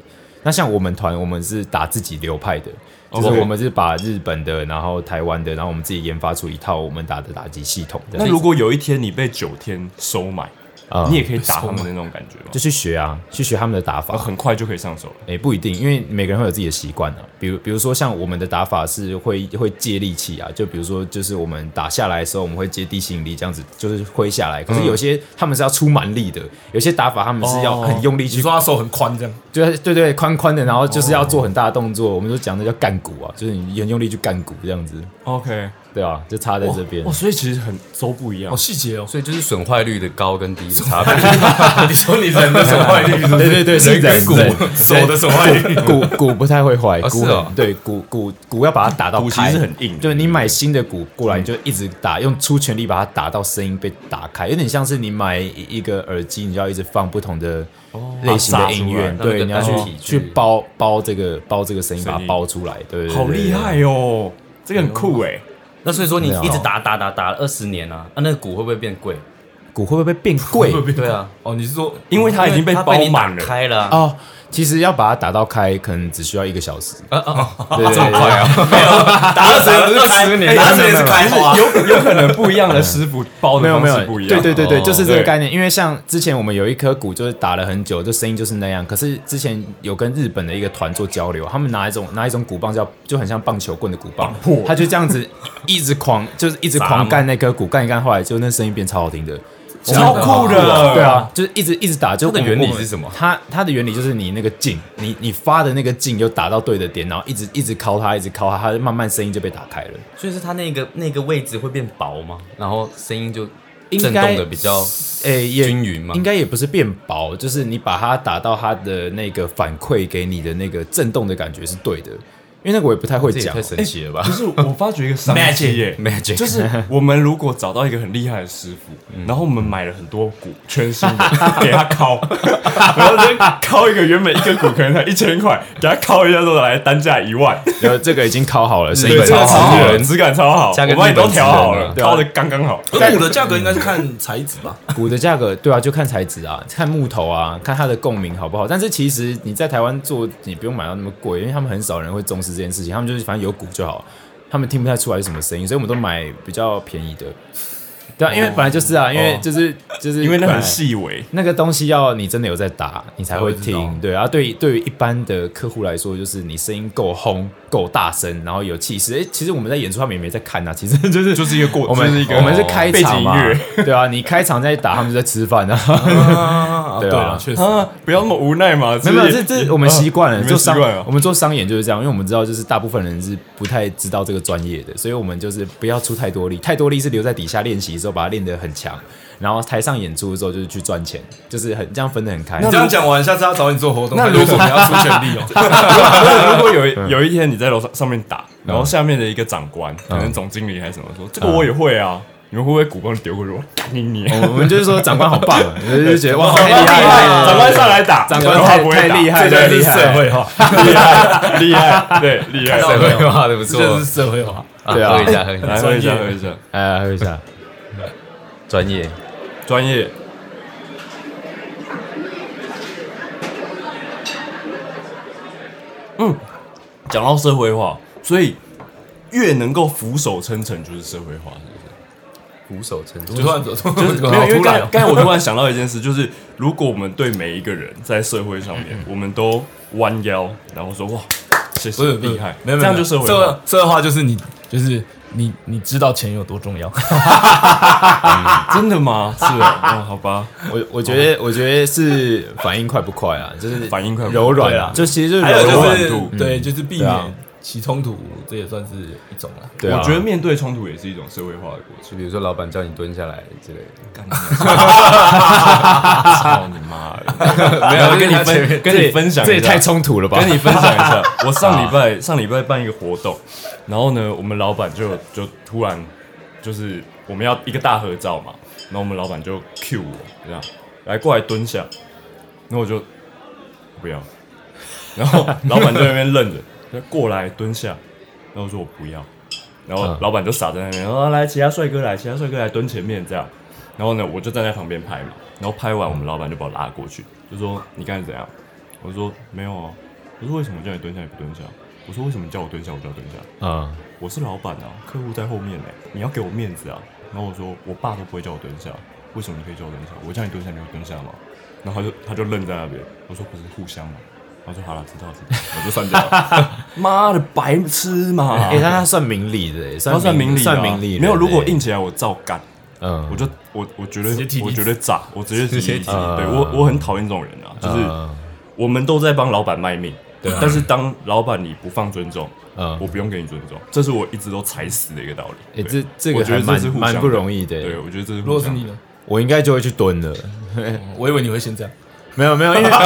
[SPEAKER 4] 那像我们团，我们是打自己流派的，
[SPEAKER 1] 哦
[SPEAKER 4] 就是我们是把日本的，然后台湾的，然后我们自己研发出一套我们打的打击系统的。
[SPEAKER 1] 那如果有一天你被九天收买，
[SPEAKER 4] 啊
[SPEAKER 1] 你也可以打他们的那种感觉吗？
[SPEAKER 4] 就去学啊，去学他们的打
[SPEAKER 1] 啊
[SPEAKER 4] 法。
[SPEAKER 1] 很快就可以上手了。
[SPEAKER 4] 也、不一定，因为每个人会有自己的习惯啊。比如，比如说像我们的打法是会会借力气啊，就比如说就是我们打下来的时候，我们会接地吸引力这样子，就是挥下来。可是有些他们是要出蛮力的，有些打法他们是要很用力
[SPEAKER 3] 你
[SPEAKER 4] 去，
[SPEAKER 3] 说他手很宽这样，
[SPEAKER 4] 就是对对宽宽的，然后就是要做很大的动作。我们就讲的叫干股啊，就是你很用力去干股这样子，
[SPEAKER 1] OK，
[SPEAKER 4] 对啊，就差在这边
[SPEAKER 1] 哇，。所以其实很都不一样
[SPEAKER 3] 好。细节哦。
[SPEAKER 2] 所以就是损坏率的高跟低的差别。
[SPEAKER 3] [LAUGHS] 你说你人的手坏率，
[SPEAKER 4] 对对对，是人
[SPEAKER 3] 骨手的手坏率，
[SPEAKER 4] 骨骨不太会坏，
[SPEAKER 2] 哦
[SPEAKER 4] 骨
[SPEAKER 2] 是哦
[SPEAKER 4] 很对骨骨骨要把它打到
[SPEAKER 1] 骨其
[SPEAKER 4] 开，
[SPEAKER 1] 实很硬的
[SPEAKER 4] 就是你买新的骨过来，你就一直打，用出全力把它打到声音被打开，有点像是你买一个耳机，你就要一直放不同的类型
[SPEAKER 1] 把它炸
[SPEAKER 4] 的音乐，
[SPEAKER 1] 出
[SPEAKER 2] 来
[SPEAKER 4] 对，
[SPEAKER 2] 让
[SPEAKER 4] 你
[SPEAKER 2] 那
[SPEAKER 4] 要
[SPEAKER 2] 个
[SPEAKER 4] 去
[SPEAKER 2] 单体去
[SPEAKER 4] 去包包这个包这个声音，把它
[SPEAKER 1] 声音
[SPEAKER 4] 包出来，对，对
[SPEAKER 1] 好厉！害哦，这个很酷哎。
[SPEAKER 4] 哦
[SPEAKER 2] 那所以说你
[SPEAKER 4] 没有
[SPEAKER 2] 一直打打打打了二十年啊，啊那个股会不会变贵？
[SPEAKER 4] 对对骨会不会变贵？
[SPEAKER 2] [LAUGHS] 对啊，
[SPEAKER 3] [LAUGHS] 哦，你是说
[SPEAKER 1] 因为它已经被包
[SPEAKER 2] 你打
[SPEAKER 1] 满了，
[SPEAKER 2] 开了啊。
[SPEAKER 4] 哦，其实要把它打到开，可能只需要一个小时，
[SPEAKER 2] 啊啊！
[SPEAKER 4] 对对对。
[SPEAKER 2] 打二十年不是开，
[SPEAKER 4] 哎
[SPEAKER 2] 打二十年是开花，
[SPEAKER 1] 有有可能不一样
[SPEAKER 4] [LAUGHS]
[SPEAKER 1] 的师傅包
[SPEAKER 4] 没
[SPEAKER 1] 的
[SPEAKER 4] 有
[SPEAKER 1] 方
[SPEAKER 4] 没有
[SPEAKER 1] 式不一，样。
[SPEAKER 4] 对嗯对对对，
[SPEAKER 2] 哦
[SPEAKER 4] 就是这个
[SPEAKER 1] 对
[SPEAKER 4] 概念。因为像之前我们有一颗鼓，就是打了很久，就声音就是那样。可是之前有跟日本的一个团做交流，他们拿一种拿一种鼓棒叫就很像棒球棍的鼓棒，他就这样子一直狂就是一直狂干那颗鼓，干一干，后来就那声音变超好听的。
[SPEAKER 1] 超酷的，
[SPEAKER 4] 对啊，就是一直一直打，就
[SPEAKER 2] 它的
[SPEAKER 4] 我们
[SPEAKER 2] 原理
[SPEAKER 4] 我们
[SPEAKER 2] 是什么
[SPEAKER 4] 它它的原理就是你那个劲，你你发的那个劲又打到对的点，然后一直一直敲它，一直敲它，它慢慢声音就被打开了。
[SPEAKER 2] 所以是它那个那个位置会变薄嘛，然后声音就
[SPEAKER 4] 应该
[SPEAKER 2] 震动的比较
[SPEAKER 4] 诶、也
[SPEAKER 2] 均匀嘛
[SPEAKER 4] 应该也不是变薄，就是你把它打到它的那个反馈给你的那个震动的感觉是对的，因为那个我也不太会
[SPEAKER 2] 这也
[SPEAKER 4] 讲哎
[SPEAKER 2] 太。神奇了吧
[SPEAKER 1] 不？是，我发觉一个商机耶
[SPEAKER 4] Magic
[SPEAKER 1] 就是我们如果找到一个很厉害的师傅，
[SPEAKER 4] 嗯
[SPEAKER 1] 然后我们买了很多鼓，全新
[SPEAKER 4] [LAUGHS]
[SPEAKER 1] 的给他敲， [LAUGHS] 然后就敲一个原本一个鼓可能才一千块，给他敲一下之后来单价一万，
[SPEAKER 4] 然后这个已经烤好了，声音
[SPEAKER 1] 对，
[SPEAKER 2] 本
[SPEAKER 1] 这
[SPEAKER 4] 超
[SPEAKER 1] 个
[SPEAKER 2] 超
[SPEAKER 1] 超
[SPEAKER 2] 好
[SPEAKER 1] 人质感超好，
[SPEAKER 2] 加个
[SPEAKER 1] 我帮你
[SPEAKER 2] 日本
[SPEAKER 1] 都
[SPEAKER 2] 职人
[SPEAKER 1] 调好
[SPEAKER 2] 啊
[SPEAKER 1] 了，敲的刚刚好。
[SPEAKER 3] 可鼓的价格应该是看材质吧？
[SPEAKER 4] 鼓的价格，对啊，就看材质啊，看木头啊，看它的共鸣好不好。但是其实你在台湾做，你不用买到那么贵，因为他们很少人会重视这件事情，他们就是反正有鼓就好，他们听不太出来是什么声音，所以我们都买比较便宜的。对啊，因为本来就是啊，因为就是、就是
[SPEAKER 1] 因为那
[SPEAKER 4] 本
[SPEAKER 1] 很
[SPEAKER 4] 来
[SPEAKER 1] 细微，
[SPEAKER 4] 那个东西要你真的有在打，你才会
[SPEAKER 3] 才会知
[SPEAKER 4] 听
[SPEAKER 3] 道。
[SPEAKER 4] 对，然后对于对于一般的客户来说，就是你声音够轰、够大声，然后有气势。哎，其实我们在演出，他们也没在看啊，其实 [LAUGHS] 就是
[SPEAKER 1] 就是一个过，
[SPEAKER 4] 我们、
[SPEAKER 1] 就是一个
[SPEAKER 4] 我们是开
[SPEAKER 1] 背景
[SPEAKER 4] 场
[SPEAKER 1] 音
[SPEAKER 4] 嘛
[SPEAKER 1] 乐。，
[SPEAKER 4] 对啊，你开场在打，他们就在吃饭
[SPEAKER 3] [LAUGHS]
[SPEAKER 4] 啊。
[SPEAKER 1] [LAUGHS]
[SPEAKER 3] 啊，
[SPEAKER 4] 对啊
[SPEAKER 3] 了，确实。
[SPEAKER 1] 啊，不要那么无奈嘛！
[SPEAKER 4] 没 [LAUGHS] 有，没有这这我们习惯了，
[SPEAKER 1] 嗯你们
[SPEAKER 4] 做
[SPEAKER 1] 习
[SPEAKER 4] 商
[SPEAKER 1] 惯了
[SPEAKER 4] 我们做商演就是这样，因为我们知道就是大部分人是不太知道这个专业的，所以我们就是不要出太多力，太多力是留在底下练习之后把它练得很强，然后台上演出之后就是去赚钱，就是很这样分得很开。
[SPEAKER 3] 你这样讲完，下次要找你做活动，
[SPEAKER 1] 那
[SPEAKER 3] 那
[SPEAKER 1] 如
[SPEAKER 3] 如果你要出全力 [LAUGHS] 哦，
[SPEAKER 1] 如果有一有一天你在楼上上面打，然后下面的一个长官，可能总经理还是什么说，这个我也会啊，你们会不会鼓棒丢过去？我 [LAUGHS] 干你你！
[SPEAKER 4] 我们就是说长官好棒
[SPEAKER 1] [LAUGHS]
[SPEAKER 4] 啊，就是觉得哇
[SPEAKER 1] 长
[SPEAKER 4] 太
[SPEAKER 1] 官
[SPEAKER 4] 厉害了，
[SPEAKER 1] 长官上来打，
[SPEAKER 4] 长官
[SPEAKER 1] 然后他不会
[SPEAKER 4] 太
[SPEAKER 1] 打
[SPEAKER 4] 厉害，
[SPEAKER 1] 这
[SPEAKER 4] 太
[SPEAKER 1] 就是
[SPEAKER 4] 厉
[SPEAKER 1] 社
[SPEAKER 4] 害，
[SPEAKER 1] 会
[SPEAKER 4] 化，
[SPEAKER 1] [LAUGHS] 厉害厉害，对厉害，
[SPEAKER 4] 社会化的不
[SPEAKER 3] 这就
[SPEAKER 4] 错
[SPEAKER 3] 是。社会化。
[SPEAKER 2] 啊
[SPEAKER 4] 对啊
[SPEAKER 2] 喝一下，喝一下，
[SPEAKER 1] 来喝一下喝一下，
[SPEAKER 4] 哎，喝一下，
[SPEAKER 2] 专业，
[SPEAKER 1] 专业嗯，讲到社会化，所以越能够俯首称臣就是社会化，是
[SPEAKER 2] 俯首称
[SPEAKER 3] 突然 [LAUGHS] 走，突
[SPEAKER 1] 不是？就
[SPEAKER 3] 然
[SPEAKER 1] 是
[SPEAKER 3] 走，
[SPEAKER 1] 没有，
[SPEAKER 3] 好
[SPEAKER 1] 因为
[SPEAKER 3] 突
[SPEAKER 1] 刚才
[SPEAKER 3] 然哦。
[SPEAKER 1] 刚才
[SPEAKER 3] [LAUGHS]
[SPEAKER 1] 我突然想到一件事，就是如果我们对每一个人在社会上面，我们都弯腰，然后说哇，谢谢
[SPEAKER 3] 不是不是
[SPEAKER 1] 厉害，
[SPEAKER 3] 没有没有
[SPEAKER 1] 这样就社会
[SPEAKER 3] 这
[SPEAKER 1] 化
[SPEAKER 3] 个。这个话就是你就是你你知道钱有多重要，
[SPEAKER 1] 真的吗？是啊，哦好吧，
[SPEAKER 4] 我我觉得我觉得是反应快不快啊，就是
[SPEAKER 1] 反应快不快
[SPEAKER 4] 柔
[SPEAKER 3] [LAUGHS]
[SPEAKER 4] 软
[SPEAKER 3] 对啊，
[SPEAKER 4] 啊就其实就是
[SPEAKER 3] 还有
[SPEAKER 4] 柔
[SPEAKER 3] 就
[SPEAKER 4] 软
[SPEAKER 3] 是嗯
[SPEAKER 1] 度
[SPEAKER 3] 对，就是避
[SPEAKER 4] 对啊
[SPEAKER 3] 免起冲突，这也算是一种了。
[SPEAKER 4] 对啊，
[SPEAKER 1] 我觉得面对冲突也是一种社会化的过程。
[SPEAKER 2] 就比如说老板叫你蹲下来之类的，
[SPEAKER 1] 干你 [LAUGHS] 妈！操你妈的！没有跟你
[SPEAKER 4] [LAUGHS]
[SPEAKER 1] 分跟你分享一下，
[SPEAKER 4] 这也太冲突了吧？啊
[SPEAKER 1] 跟你分享一
[SPEAKER 4] [LAUGHS]
[SPEAKER 1] 下，我上礼拜上礼拜办一个活动，然后呢，我们老板就就突然就是我们要一个大合照嘛，然后我们老板就 cue 我这样来过来蹲下，然后我就不要，然后老板就在那边愣着，他过来蹲下，然后我说我不要，然后
[SPEAKER 4] 嗯
[SPEAKER 1] 老板就傻在那边，哦来其他帅哥来，其他帅哥来蹲前面这样，然后呢我就站在旁边拍嘛，然后拍完我们老板就把我拉过去，就说你刚才怎样？我说没有啊，我说为什么叫你蹲下你不蹲下？我说为什么叫我蹲下我就要蹲下？
[SPEAKER 4] 啊，
[SPEAKER 1] 我是老板啊，客户在后面呢、你要给我面子啊。然后我说我爸都不会叫我蹲下，为什么你可以叫我蹲下？我叫你蹲下你会蹲下吗？然后他就他就愣在那边，我说不是互相吗？他说好了，知道知道，我就算掉了。妈的，白痴嘛！
[SPEAKER 4] 哎，他他算明理的耶，
[SPEAKER 1] 然后算明理啊，
[SPEAKER 4] 算明理人耶。欸
[SPEAKER 1] 没有，如果硬起来我照干，
[SPEAKER 4] 嗯，
[SPEAKER 1] 我就我我绝
[SPEAKER 3] 直接
[SPEAKER 1] 对
[SPEAKER 3] 提离
[SPEAKER 1] 我绝对炸，我直接
[SPEAKER 2] 直接
[SPEAKER 1] 提离职
[SPEAKER 2] 提
[SPEAKER 4] 离
[SPEAKER 1] 对我我很讨厌这种人啊，就是。
[SPEAKER 4] 嗯
[SPEAKER 1] 我们都在帮老板卖命，
[SPEAKER 4] 对啊
[SPEAKER 1] 但是当老板你不放尊重，
[SPEAKER 4] 嗯
[SPEAKER 1] 我不用给你尊重，这是我一直都踩死的一个道理。
[SPEAKER 4] 哎，
[SPEAKER 1] 对
[SPEAKER 4] 这这
[SPEAKER 1] 我
[SPEAKER 4] 个
[SPEAKER 1] 觉得
[SPEAKER 4] 还
[SPEAKER 1] 这是互
[SPEAKER 4] 蛮
[SPEAKER 1] 相
[SPEAKER 4] 蛮
[SPEAKER 1] 的
[SPEAKER 4] 不容易的
[SPEAKER 1] 对
[SPEAKER 4] 耶，
[SPEAKER 1] 我觉得这是
[SPEAKER 3] 如
[SPEAKER 1] 如
[SPEAKER 3] 果是你呢？嗯
[SPEAKER 4] 我应该就会去蹲了。
[SPEAKER 3] 我以为你会先这样，
[SPEAKER 4] 没有
[SPEAKER 1] [LAUGHS]
[SPEAKER 4] 没有，因为因为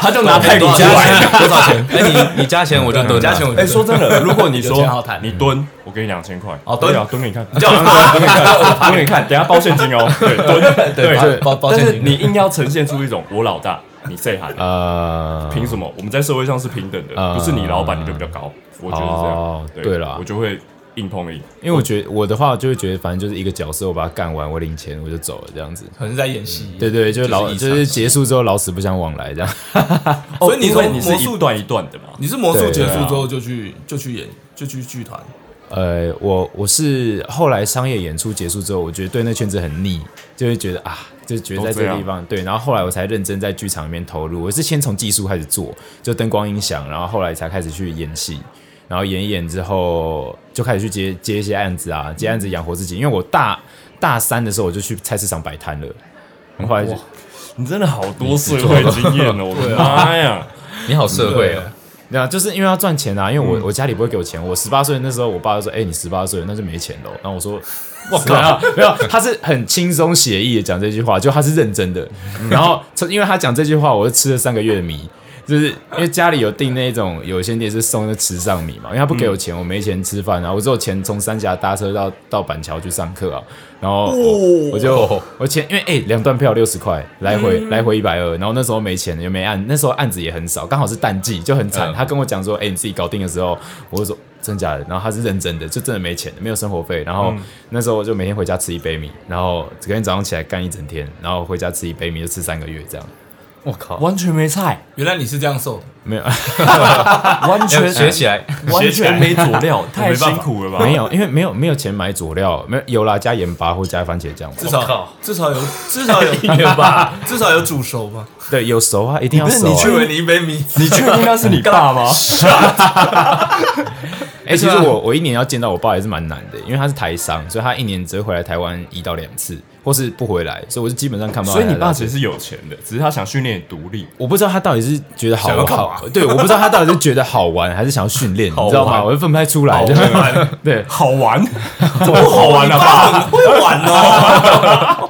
[SPEAKER 1] 他就拿太
[SPEAKER 2] 你
[SPEAKER 1] 多
[SPEAKER 2] 加
[SPEAKER 1] 来。
[SPEAKER 2] 钱多少 [LAUGHS] 钱？哎，你你加钱我就蹲了，
[SPEAKER 3] 加钱
[SPEAKER 1] [LAUGHS]
[SPEAKER 3] 我
[SPEAKER 1] 哎，说真的，如果你说
[SPEAKER 3] 有钱好谈
[SPEAKER 1] 你蹲，我给你两千块，
[SPEAKER 3] 哦蹲
[SPEAKER 1] 对啊，蹲给你看，叫 [LAUGHS] 我蹲给你看，蹲给你看，等一下包现金哦，对，蹲，
[SPEAKER 3] 对包包
[SPEAKER 1] 但
[SPEAKER 3] 现
[SPEAKER 1] 是
[SPEAKER 3] 金
[SPEAKER 1] 你硬要呈现出一种我老大，你最喊，
[SPEAKER 4] 呃，
[SPEAKER 1] 凭什么？我们在社会上是平等的，
[SPEAKER 4] 呃
[SPEAKER 1] 不是你老板你就比较高，我觉得是这
[SPEAKER 4] 哦
[SPEAKER 1] 样，
[SPEAKER 4] 对啦
[SPEAKER 1] 我就会硬碰硬，
[SPEAKER 4] 因为我觉得我的话就会觉得，反正就是一个角色，我把它干完，我领钱我就走了这样子。
[SPEAKER 3] 可能是在演戏。
[SPEAKER 4] 对对，就是老
[SPEAKER 3] 一
[SPEAKER 4] 就
[SPEAKER 3] 场
[SPEAKER 4] 是结束之后老死不相往来这样。 [LAUGHS]
[SPEAKER 3] 所以哦你
[SPEAKER 1] 因
[SPEAKER 3] 说
[SPEAKER 1] 为你是
[SPEAKER 3] 魔
[SPEAKER 1] 一
[SPEAKER 3] 术，
[SPEAKER 1] 段一段的嘛，
[SPEAKER 3] 你是魔术
[SPEAKER 4] 对
[SPEAKER 3] 结束
[SPEAKER 4] 对啊
[SPEAKER 3] 之后就去就去演就去剧团，
[SPEAKER 4] 呃，我我是后来商业演出结束之后，我觉得对那圈子很腻，就会觉得啊，就觉得在这
[SPEAKER 1] 都这
[SPEAKER 4] 个
[SPEAKER 1] 样
[SPEAKER 4] 地方对。然后后来我才认真在剧场里面投入，我是先从技术开始做，就灯光音响，然后后来才开始去演戏，然后演一演之后就开始去接接一些案子啊，接案子养活自己。因为我大大三的时候我就去菜市场摆摊了，
[SPEAKER 1] 嗯
[SPEAKER 4] 然后后来就
[SPEAKER 1] 你真的好多社会经验哦！我的妈 [LAUGHS] 呀！
[SPEAKER 2] 你好社会哦，
[SPEAKER 4] 对啊，就是因为要赚钱啊，因为我、我家里不会给我钱。我十八岁那时候，我爸就说：“哎、你十八岁了，那就没钱喽。”然后我说：“我靠，没有。”他是很轻松写意的讲这句话，就他是认真的。然后从因为他讲这句话，我就吃了三个月的米，就是因为家里有订那种有些店是送那池上米嘛，因为他不给我钱，我没钱吃饭啊，我只有钱从三峡搭车到到板桥去上课啊。然后我我就我钱，因为哎两、段票六十块，来回、
[SPEAKER 1] 嗯
[SPEAKER 4] 来回一百二，然后那时候没钱，也没案，那时候案子也很少，刚好是淡季，就很惨。
[SPEAKER 2] 嗯
[SPEAKER 4] 他跟我讲说，哎、你自己搞定的时候，我就说真假的，然后他是认真的，就真的没钱，没有生活费。然后、
[SPEAKER 1] 嗯
[SPEAKER 4] 那时候我就每天回家吃一杯米，然后隔天早上起来干一整天，然后回家吃一杯米就吃三个月这样，
[SPEAKER 2] 我靠，
[SPEAKER 1] 完全没菜，
[SPEAKER 3] 原来你是这样瘦的，
[SPEAKER 1] [LAUGHS]
[SPEAKER 4] 没有。
[SPEAKER 1] 完
[SPEAKER 2] 要
[SPEAKER 1] 全
[SPEAKER 2] 学起来，
[SPEAKER 1] 完全没佐 [LAUGHS] 料，太
[SPEAKER 3] 没办
[SPEAKER 1] 辛
[SPEAKER 3] 法
[SPEAKER 1] 苦了吧？
[SPEAKER 4] 没有，因为没有没有钱买佐料，没有有啦，加盐巴或加番茄酱。
[SPEAKER 3] 至
[SPEAKER 2] 我
[SPEAKER 3] 少
[SPEAKER 2] 靠
[SPEAKER 3] 至少有至少有
[SPEAKER 4] 吧？
[SPEAKER 3] [LAUGHS] 至少有煮熟嘛。
[SPEAKER 4] 对，有熟啊，一定要
[SPEAKER 2] 哦
[SPEAKER 1] 不是
[SPEAKER 4] 熟、
[SPEAKER 1] 你
[SPEAKER 4] 啊。
[SPEAKER 1] 去
[SPEAKER 3] 以为你一杯米，
[SPEAKER 1] [LAUGHS] 你确定 [LAUGHS] 那是你爸吗？
[SPEAKER 4] 哎、其实
[SPEAKER 3] 啊
[SPEAKER 4] 我我一年要见到我爸也是蛮难的，因为他是台商，所以他一年只会回来台湾一到两次，或是不回来，所以我是基本上看不到
[SPEAKER 1] 所
[SPEAKER 4] 他
[SPEAKER 1] 以
[SPEAKER 4] 来的。
[SPEAKER 1] 你爸其实是有钱的，只是他想训练也独 [LAUGHS] 立，
[SPEAKER 4] 我不知道他到底是觉得好
[SPEAKER 3] 想要干嘛
[SPEAKER 4] 好，对，我不知道他到底是觉得好玩，还是想要训练，你知道吗？
[SPEAKER 1] 玩
[SPEAKER 4] 我就分不太出来。 [LAUGHS] 对，
[SPEAKER 1] [LAUGHS] 好玩，怎么好玩啊？
[SPEAKER 3] 爸很会玩哦，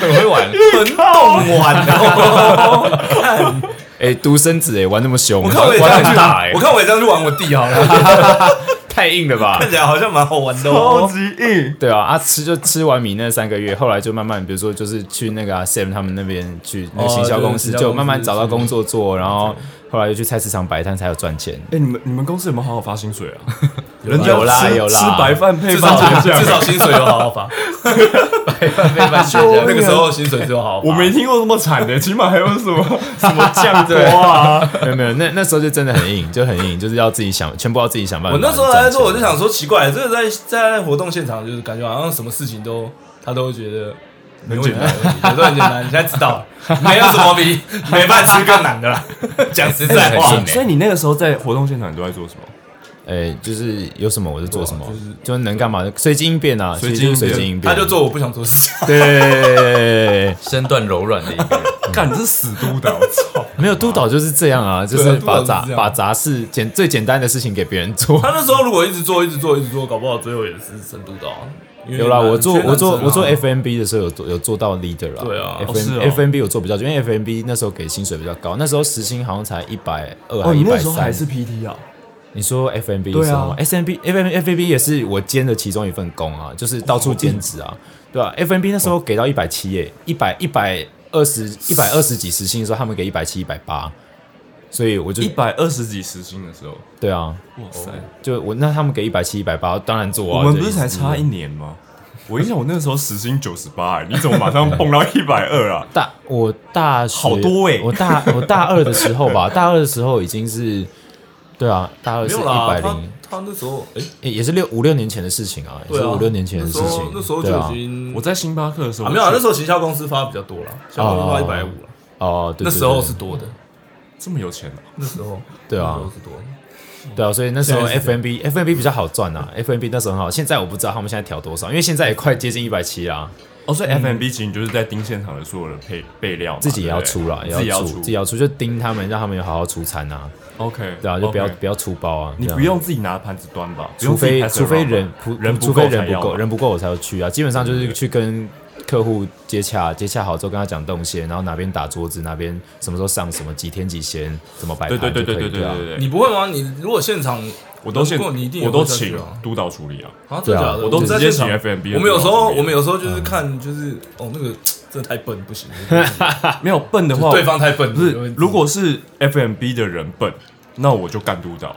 [SPEAKER 2] 很 [LAUGHS] 会玩，
[SPEAKER 3] 很懂玩哦。
[SPEAKER 4] 哎，独生子哎，玩那么凶，
[SPEAKER 3] 我看我也这
[SPEAKER 4] [LAUGHS] 玩
[SPEAKER 3] 样
[SPEAKER 4] 很
[SPEAKER 3] 去
[SPEAKER 4] 大哎
[SPEAKER 3] 我，看我也这样去玩我弟
[SPEAKER 2] [LAUGHS]
[SPEAKER 3] 好了，
[SPEAKER 4] 太硬了吧？
[SPEAKER 3] 看起来好像蛮好玩的
[SPEAKER 1] 超
[SPEAKER 3] 哦。
[SPEAKER 1] 级硬，
[SPEAKER 4] 对啊，啊吃就吃完米那三个月，后来就慢慢，比如说就是去那个、啊、Sam 他们那边去那
[SPEAKER 3] 哦
[SPEAKER 4] 个行销
[SPEAKER 3] 对
[SPEAKER 4] 公司，
[SPEAKER 3] 行销
[SPEAKER 4] 就
[SPEAKER 3] 公司
[SPEAKER 4] 慢慢找到
[SPEAKER 3] 是
[SPEAKER 4] 工作做，然后后来又去菜市场摆摊才有赚钱。
[SPEAKER 1] 哎、你们你们公司有没有好好发薪水啊？ [LAUGHS] 人家
[SPEAKER 4] 有啦
[SPEAKER 1] 吃
[SPEAKER 4] 有啦
[SPEAKER 1] 吃白饭配
[SPEAKER 3] 至
[SPEAKER 1] 番
[SPEAKER 3] 少
[SPEAKER 1] 茄酱， [LAUGHS]
[SPEAKER 3] 至少薪水有好好发， [LAUGHS] 那个时候薪水只有好好发。
[SPEAKER 1] 我没听过这么惨 [LAUGHS] 的，起码还有什么什么酱锅 [LAUGHS] 啊？
[SPEAKER 4] 没有没有，那那时候就真的很硬，就很硬，就是要自己想，全部要自己想办法
[SPEAKER 3] 我
[SPEAKER 4] 赚钱。
[SPEAKER 3] 那时候来的时候，我就想说奇怪，这个在在活动现场，就是感觉好像什么事情都他都会觉得没问题，觉得很简单。你现在知道 [LAUGHS] 了，没有什么比没饭吃更难的啦。讲实在话
[SPEAKER 4] 很，硬欸
[SPEAKER 1] 哎所以你那个时候在活动现场你都在做什么？
[SPEAKER 4] 哎，就是有什么我就做什么，
[SPEAKER 3] 对啊
[SPEAKER 4] 就是、能干嘛就随机应变啊，
[SPEAKER 1] 随机
[SPEAKER 4] 其实就是随
[SPEAKER 1] 应变
[SPEAKER 4] 机应
[SPEAKER 3] [LAUGHS]
[SPEAKER 4] 变，
[SPEAKER 3] 他就做我不想做的 [LAUGHS] 事。
[SPEAKER 4] 对，
[SPEAKER 2] 身段柔软
[SPEAKER 3] [LAUGHS]
[SPEAKER 2] 的一个人，
[SPEAKER 1] 干，你这是死督导，我操！
[SPEAKER 4] 没有督导就是这样啊，就是
[SPEAKER 3] 督导
[SPEAKER 4] 把
[SPEAKER 3] 就是
[SPEAKER 4] 杂
[SPEAKER 3] 这样
[SPEAKER 4] 把杂事简最简单的事情给别人做。
[SPEAKER 3] 他那时候如果一直做，一直做，一直做，搞不好最后也是深度到。因为
[SPEAKER 4] 有啦，
[SPEAKER 3] 蛮
[SPEAKER 4] 我做
[SPEAKER 3] 缺男
[SPEAKER 4] 我做
[SPEAKER 3] 生啊
[SPEAKER 4] 我做 FMB 的时候有做有做到 leader 啦。
[SPEAKER 3] 对啊
[SPEAKER 4] f
[SPEAKER 1] 哦是
[SPEAKER 4] m
[SPEAKER 1] 哦
[SPEAKER 4] FMB 有做比较久，因为 FMB 那时候给薪水比较高，那时候时薪好像才一百二
[SPEAKER 1] 哦，
[SPEAKER 4] 还
[SPEAKER 1] 你
[SPEAKER 4] 一
[SPEAKER 1] 那
[SPEAKER 4] 百
[SPEAKER 1] 时候还
[SPEAKER 4] 三。
[SPEAKER 1] 是 PT 啊？
[SPEAKER 4] 你说 FMB 的
[SPEAKER 1] 对啊
[SPEAKER 4] 时候吗，SMB FMB FMB 也是我兼的其中一份工啊，就是到处兼职
[SPEAKER 1] [LAUGHS]
[SPEAKER 4] 啊，对吧、啊、？FMB 那时候给到一百七耶，一百一百二十一百二十几时薪的时候，他们给一百七一百八，所以我就
[SPEAKER 1] 一百二十几时薪的时候，
[SPEAKER 4] 对啊，
[SPEAKER 1] 哇塞！
[SPEAKER 4] 就我那他们给一百七一百八，当然做
[SPEAKER 1] 我
[SPEAKER 4] 啊。
[SPEAKER 1] 们
[SPEAKER 4] 这
[SPEAKER 1] 不是才
[SPEAKER 4] 意思
[SPEAKER 1] 差一年吗？我印象我那个时候时薪九十八，你怎么马上 [LAUGHS] 蹦到一百二啊？
[SPEAKER 4] 大我大学
[SPEAKER 1] 好多欸
[SPEAKER 4] 我大我大二的时候
[SPEAKER 1] [LAUGHS]
[SPEAKER 4] 吧，大二的时候已经是，对啊，大二
[SPEAKER 3] 没
[SPEAKER 4] 是一
[SPEAKER 3] 有啦
[SPEAKER 4] 百，
[SPEAKER 3] 他
[SPEAKER 4] 零，
[SPEAKER 3] 他那时候哎，
[SPEAKER 4] 欸也是六五六年前的事情啊，也
[SPEAKER 3] 对
[SPEAKER 4] 是
[SPEAKER 3] 啊，
[SPEAKER 4] 五六年前的事
[SPEAKER 3] 那时
[SPEAKER 4] 情
[SPEAKER 3] 候，那时候就
[SPEAKER 4] 对啊
[SPEAKER 3] 已，经
[SPEAKER 1] 我在星巴克的时候
[SPEAKER 3] 啊，没有啊，那时候行销公司发比较多了，行销公司发一百五了，
[SPEAKER 4] 哦，对
[SPEAKER 3] 那
[SPEAKER 4] 对
[SPEAKER 3] 时候
[SPEAKER 4] 对
[SPEAKER 3] 是多的，
[SPEAKER 1] 这么有钱啊？
[SPEAKER 3] 那时候
[SPEAKER 4] 对啊
[SPEAKER 3] 那时候是多的。
[SPEAKER 4] 对啊，所以那时候
[SPEAKER 3] 现在是
[SPEAKER 4] FMB FMB 比较好赚啊，FMB 那时候很好，现在我不知道他们现在调多少，因为现在也快接近一百七啦，
[SPEAKER 1] 哦，所以 F&B 其实你就是在盯现场的所有的配备料嘛，
[SPEAKER 4] 自己也要
[SPEAKER 1] 啊对不对
[SPEAKER 4] 出啦，
[SPEAKER 1] 自己
[SPEAKER 4] 也要
[SPEAKER 1] 出，
[SPEAKER 4] 自己要出，就盯他们，让他们有好好出餐啊，
[SPEAKER 1] OK，
[SPEAKER 4] 对啊，就不要
[SPEAKER 1] OK
[SPEAKER 4] 不要出包啊，
[SPEAKER 1] 你
[SPEAKER 4] 这样
[SPEAKER 1] 不用自己拿盘子端吧？
[SPEAKER 4] 除非除非
[SPEAKER 1] 不用
[SPEAKER 4] 人
[SPEAKER 1] 自己 pass around 吧人
[SPEAKER 4] 不除非人
[SPEAKER 1] 才
[SPEAKER 4] 不
[SPEAKER 1] 要
[SPEAKER 4] 够，
[SPEAKER 1] 嘛
[SPEAKER 4] 人不够我才会去啊。基本上就是去跟客户接洽，接洽好之后跟他讲动线，然后哪边打桌子，哪边什么时候上什么，几天几先，怎么摆
[SPEAKER 1] 对
[SPEAKER 4] 盘
[SPEAKER 1] 对对
[SPEAKER 4] 就
[SPEAKER 1] 对对
[SPEAKER 4] 可以
[SPEAKER 1] 对
[SPEAKER 4] 啊。
[SPEAKER 1] 对对，
[SPEAKER 3] 你不会吗？你如果现场，
[SPEAKER 1] 我都现
[SPEAKER 3] 如果你一定也
[SPEAKER 1] 我
[SPEAKER 3] 会
[SPEAKER 1] 都
[SPEAKER 3] 下去
[SPEAKER 1] 请
[SPEAKER 3] 啊
[SPEAKER 1] 督导处理啊，
[SPEAKER 3] 啊，真的假的？
[SPEAKER 4] 对啊
[SPEAKER 1] 我都直接请
[SPEAKER 3] 我们在现场
[SPEAKER 1] F&B
[SPEAKER 3] 我们有时
[SPEAKER 1] 的
[SPEAKER 3] 候，
[SPEAKER 1] 东西
[SPEAKER 3] 我们有时候
[SPEAKER 4] 嗯
[SPEAKER 3] 就是看，就是哦，那个真的太笨，不
[SPEAKER 4] [LAUGHS]
[SPEAKER 3] 行，就是
[SPEAKER 1] 啊没有笨的话，
[SPEAKER 3] 对方太笨。
[SPEAKER 1] 不是，如果是 F&B 的人笨，那我就干督导啊。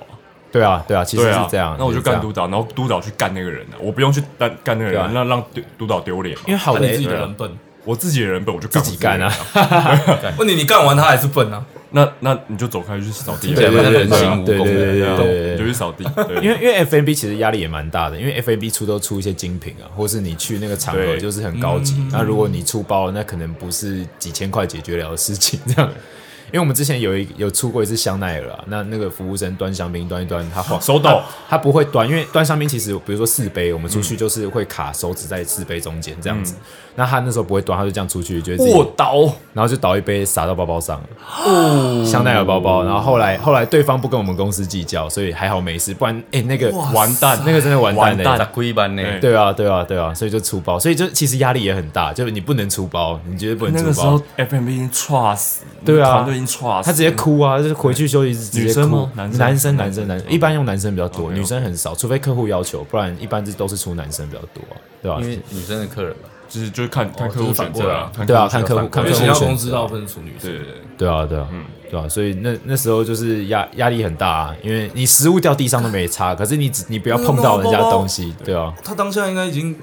[SPEAKER 4] 对啊对啊，其实
[SPEAKER 1] 对
[SPEAKER 4] 是
[SPEAKER 1] 啊，
[SPEAKER 4] 这样。
[SPEAKER 1] 那我
[SPEAKER 4] 其
[SPEAKER 1] 就
[SPEAKER 4] 实是这
[SPEAKER 1] 干
[SPEAKER 4] 样
[SPEAKER 1] 督导，然后督导去干那个人啊，我不用去干干那个
[SPEAKER 4] 对啊
[SPEAKER 1] 人，那让督督导丢脸嘛。
[SPEAKER 4] 因为好
[SPEAKER 3] 那
[SPEAKER 4] 的
[SPEAKER 3] 你自己的
[SPEAKER 4] A-
[SPEAKER 3] 人笨，
[SPEAKER 1] 我自己的人本我就干
[SPEAKER 4] 自己干啊
[SPEAKER 1] 我自己的人。
[SPEAKER 3] 问题你干完他还是笨啊？
[SPEAKER 1] 那那你就走开去扫地啊，
[SPEAKER 2] 对
[SPEAKER 4] 对对对
[SPEAKER 2] 人
[SPEAKER 4] 对
[SPEAKER 2] 形蜈蚣
[SPEAKER 4] 对对对对对
[SPEAKER 1] 啊
[SPEAKER 4] 对
[SPEAKER 1] 你就
[SPEAKER 4] 对。
[SPEAKER 1] 去扫
[SPEAKER 4] [LAUGHS]
[SPEAKER 1] 地。对
[SPEAKER 4] 因为因为 FMB 其实压力也蛮大的，因为 FMB 出都出一些精品啊，或是你去那个场合
[SPEAKER 1] 对
[SPEAKER 4] 就是很高级。那如果你出包了，那可能不是几千块解决了的事情这样。因为我们之前有一有出过一次香奈儿啊，那那个服务生端香槟端一端，他晃
[SPEAKER 1] 手抖
[SPEAKER 4] 他他不会端，因为端香槟其实比如说四杯，我们出去就是会卡手指在四杯中间这样子。那他那时候不会端，他就这样出去，觉得自己
[SPEAKER 1] 卧倒，
[SPEAKER 4] 然后就倒一杯洒到包包上了，
[SPEAKER 1] 哦
[SPEAKER 4] 香奈儿包包。然后后来后来对方不跟我们公司计较，所以还好没事，不然哎、那个
[SPEAKER 1] 完蛋，
[SPEAKER 4] 那个真的完蛋
[SPEAKER 1] 完
[SPEAKER 4] 了、
[SPEAKER 1] 蛋
[SPEAKER 2] 咋龟般呢？
[SPEAKER 1] 对
[SPEAKER 4] 对啊对啊对啊，所以就出包，所以就其实压力也很大，就是你不能出包，你绝对不能
[SPEAKER 1] 那
[SPEAKER 4] 出
[SPEAKER 1] 个时
[SPEAKER 4] 包。
[SPEAKER 1] 候 F&B 已经歘死，
[SPEAKER 4] 对啊
[SPEAKER 1] 团队已经歘死，
[SPEAKER 4] 他直接哭啊，就是回去休息直接哭。
[SPEAKER 1] 女生吗男
[SPEAKER 4] 男
[SPEAKER 1] 生哦
[SPEAKER 4] 生男生男生，一般用男生比较多
[SPEAKER 1] OK，OK
[SPEAKER 4] 女生很少，除非客户要求，不然一般是都是出男生比较多啊、对吧、
[SPEAKER 2] 因为女生的客人嘛，
[SPEAKER 1] 就是就是看看客
[SPEAKER 3] 就
[SPEAKER 1] 户
[SPEAKER 3] 是反
[SPEAKER 1] 选
[SPEAKER 3] 过
[SPEAKER 1] 择
[SPEAKER 3] 来
[SPEAKER 1] 啊
[SPEAKER 3] 啊，
[SPEAKER 4] 对啊看客户
[SPEAKER 1] 选择
[SPEAKER 4] 看
[SPEAKER 3] 因
[SPEAKER 4] 客
[SPEAKER 3] 为
[SPEAKER 1] 反馈
[SPEAKER 3] 行销
[SPEAKER 4] 户选
[SPEAKER 3] 公
[SPEAKER 4] 择
[SPEAKER 3] 司
[SPEAKER 4] 啊
[SPEAKER 3] 大部分处女生，
[SPEAKER 1] 对对对，
[SPEAKER 4] 对啊，对啊，
[SPEAKER 1] 嗯
[SPEAKER 4] 对啊，所以那那时候就是压压力很大、啊，因为你食物掉地上都
[SPEAKER 1] [LAUGHS]
[SPEAKER 4] 没差，可是你只你不要碰到人家的东西，对啊，
[SPEAKER 3] 他当下应该已经，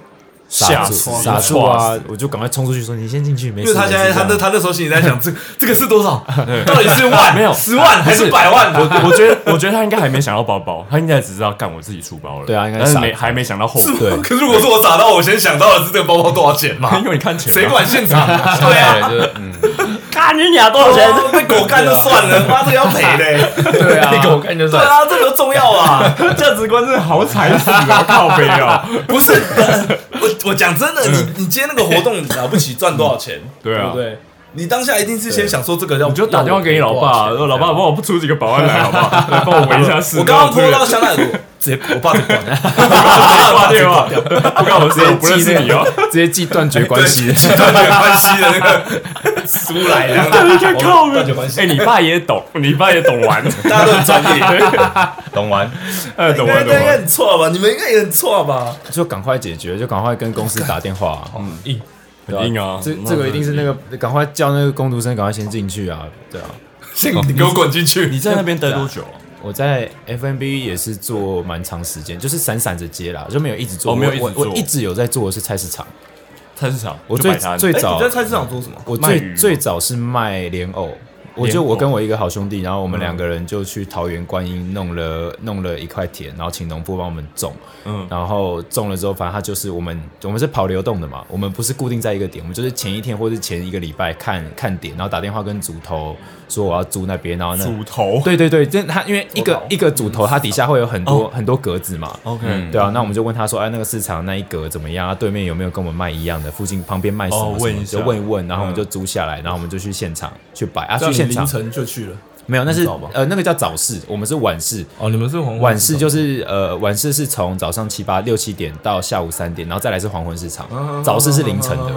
[SPEAKER 4] 傻
[SPEAKER 1] 吓
[SPEAKER 4] 住
[SPEAKER 1] 死
[SPEAKER 4] 傻住啊！我就赶快冲出去说你先进去，没
[SPEAKER 3] 因
[SPEAKER 4] 事。
[SPEAKER 3] 为他现在
[SPEAKER 4] 没事
[SPEAKER 3] 他那
[SPEAKER 4] 这样
[SPEAKER 3] 他那时候心里在想，这这个是多少？到底是万
[SPEAKER 1] 没有
[SPEAKER 3] 十万还是百万？啊我
[SPEAKER 1] 我
[SPEAKER 3] [LAUGHS]
[SPEAKER 1] [LAUGHS] 觉得，我觉得他应该还没想到包包，他应该只知道干我自己出包了。
[SPEAKER 4] 对啊应该
[SPEAKER 1] 但是
[SPEAKER 4] 傻
[SPEAKER 1] 没还没想到后果，
[SPEAKER 4] 对
[SPEAKER 3] 可是如果是我傻到我先想到的是这个包包多少钱嘛？
[SPEAKER 1] [LAUGHS] 因为你看钱嘛，
[SPEAKER 3] 谁管现场啊？
[SPEAKER 2] 香
[SPEAKER 3] 哦
[SPEAKER 2] 奈儿就是嗯，
[SPEAKER 1] 看你俩多少钱？
[SPEAKER 3] 被狗干就算了，妈这要赔的。
[SPEAKER 2] 对 [LAUGHS] 啊，给我看就
[SPEAKER 3] 对
[SPEAKER 2] 算。
[SPEAKER 3] 啊，这个重要啊！
[SPEAKER 1] 价值观真的好惨死 [LAUGHS] 啊！靠背啊，
[SPEAKER 3] 不是，呃我我讲真的，你你今天那个活动了不起赚多少钱？
[SPEAKER 1] 对啊
[SPEAKER 3] 不对？你当下一定是先想说这个要，
[SPEAKER 1] 你就打电话给你老爸，说老爸帮我不出几个保安来好不好？ [LAUGHS] 来帮我围一下事。
[SPEAKER 3] 我刚刚
[SPEAKER 1] 不
[SPEAKER 3] 拖到香奈儿，直接我爸就管了，
[SPEAKER 1] 挂电话，不干我事，我不认识你哦。 [LAUGHS]
[SPEAKER 4] 直接记断绝关系，
[SPEAKER 3] 断绝关系的那个出来的，
[SPEAKER 1] 你看靠
[SPEAKER 3] 断绝关系
[SPEAKER 1] 哎，，你爸也懂，你爸也懂 [LAUGHS] 玩，
[SPEAKER 3] 大家都很专业，
[SPEAKER 2] [LAUGHS] 懂完，
[SPEAKER 1] 哎，
[SPEAKER 3] [LAUGHS]
[SPEAKER 1] 懂玩
[SPEAKER 3] 应
[SPEAKER 1] 懂
[SPEAKER 3] 该
[SPEAKER 1] 玩。
[SPEAKER 3] 很错吧？你们应该也很错吧？
[SPEAKER 4] 就赶快解决，就赶快跟公司打电话啊，嗯，
[SPEAKER 3] 硬
[SPEAKER 4] 对吧
[SPEAKER 1] 很硬啊
[SPEAKER 4] 这
[SPEAKER 1] 嗯
[SPEAKER 4] 这个一定是那个赶快叫那个工读生赶快先进去啊，对啊，
[SPEAKER 3] 先你哦给我滚进去！
[SPEAKER 1] 你在那边待多久？
[SPEAKER 4] 我在 FNB 也是做蛮长时间，就是闪闪着接啦，就没有一直做，
[SPEAKER 1] 哦没有一直
[SPEAKER 4] 我我
[SPEAKER 1] 做
[SPEAKER 4] 我一直有在做的是菜市场，
[SPEAKER 1] 菜市场，
[SPEAKER 4] 我
[SPEAKER 1] 就
[SPEAKER 4] 最
[SPEAKER 1] 摆摊嗯
[SPEAKER 4] 最
[SPEAKER 3] 哎，
[SPEAKER 4] 早
[SPEAKER 3] 你在菜市场做什么？
[SPEAKER 4] 我
[SPEAKER 1] 卖鱼
[SPEAKER 4] 最
[SPEAKER 1] 吗
[SPEAKER 4] 最早是卖莲藕，我就
[SPEAKER 1] 莲藕嗯
[SPEAKER 4] 我跟我一个好兄弟，然后我们两个人就去桃园观音弄了弄了一块田，然后请农夫帮我们种，
[SPEAKER 1] 嗯
[SPEAKER 4] 然后种了之后，反正他就是我们我们是跑流动的嘛，我们不是固定在一个点，我们就是前一天或是前一个礼拜看看点，然后打电话跟主头说我要租那边，然后那
[SPEAKER 1] 主头，
[SPEAKER 4] [LAUGHS] 对对对，这他因为一
[SPEAKER 3] 头
[SPEAKER 4] 个一个主头，它底下会有很
[SPEAKER 3] 哦
[SPEAKER 4] 多很多格子嘛。
[SPEAKER 1] OK
[SPEAKER 4] 嗯对啊，那我们就问他说，哎，那个市场那一格怎么样啊？对面有没有跟我们卖一样的？附近旁边卖什
[SPEAKER 1] 哦
[SPEAKER 4] 么？
[SPEAKER 1] 问
[SPEAKER 4] 什么
[SPEAKER 1] 一下
[SPEAKER 4] 就问一问，然后我们
[SPEAKER 1] 嗯
[SPEAKER 4] 就租下来，然后我们就去现场去摆啊，
[SPEAKER 3] 这样
[SPEAKER 4] 去
[SPEAKER 3] 你
[SPEAKER 4] 现
[SPEAKER 3] 凌
[SPEAKER 4] 场
[SPEAKER 3] 晨就去了。
[SPEAKER 4] 没有，那
[SPEAKER 3] 你
[SPEAKER 4] 是
[SPEAKER 3] 知道吧
[SPEAKER 4] 呃那个叫早市，我们是晚市，
[SPEAKER 3] 哦，你们是黄
[SPEAKER 4] 晚市就是呃晚市是从早上七八六七点到下午三点，然后再来是黄昏市场，
[SPEAKER 3] 啊
[SPEAKER 4] 早市是凌晨的，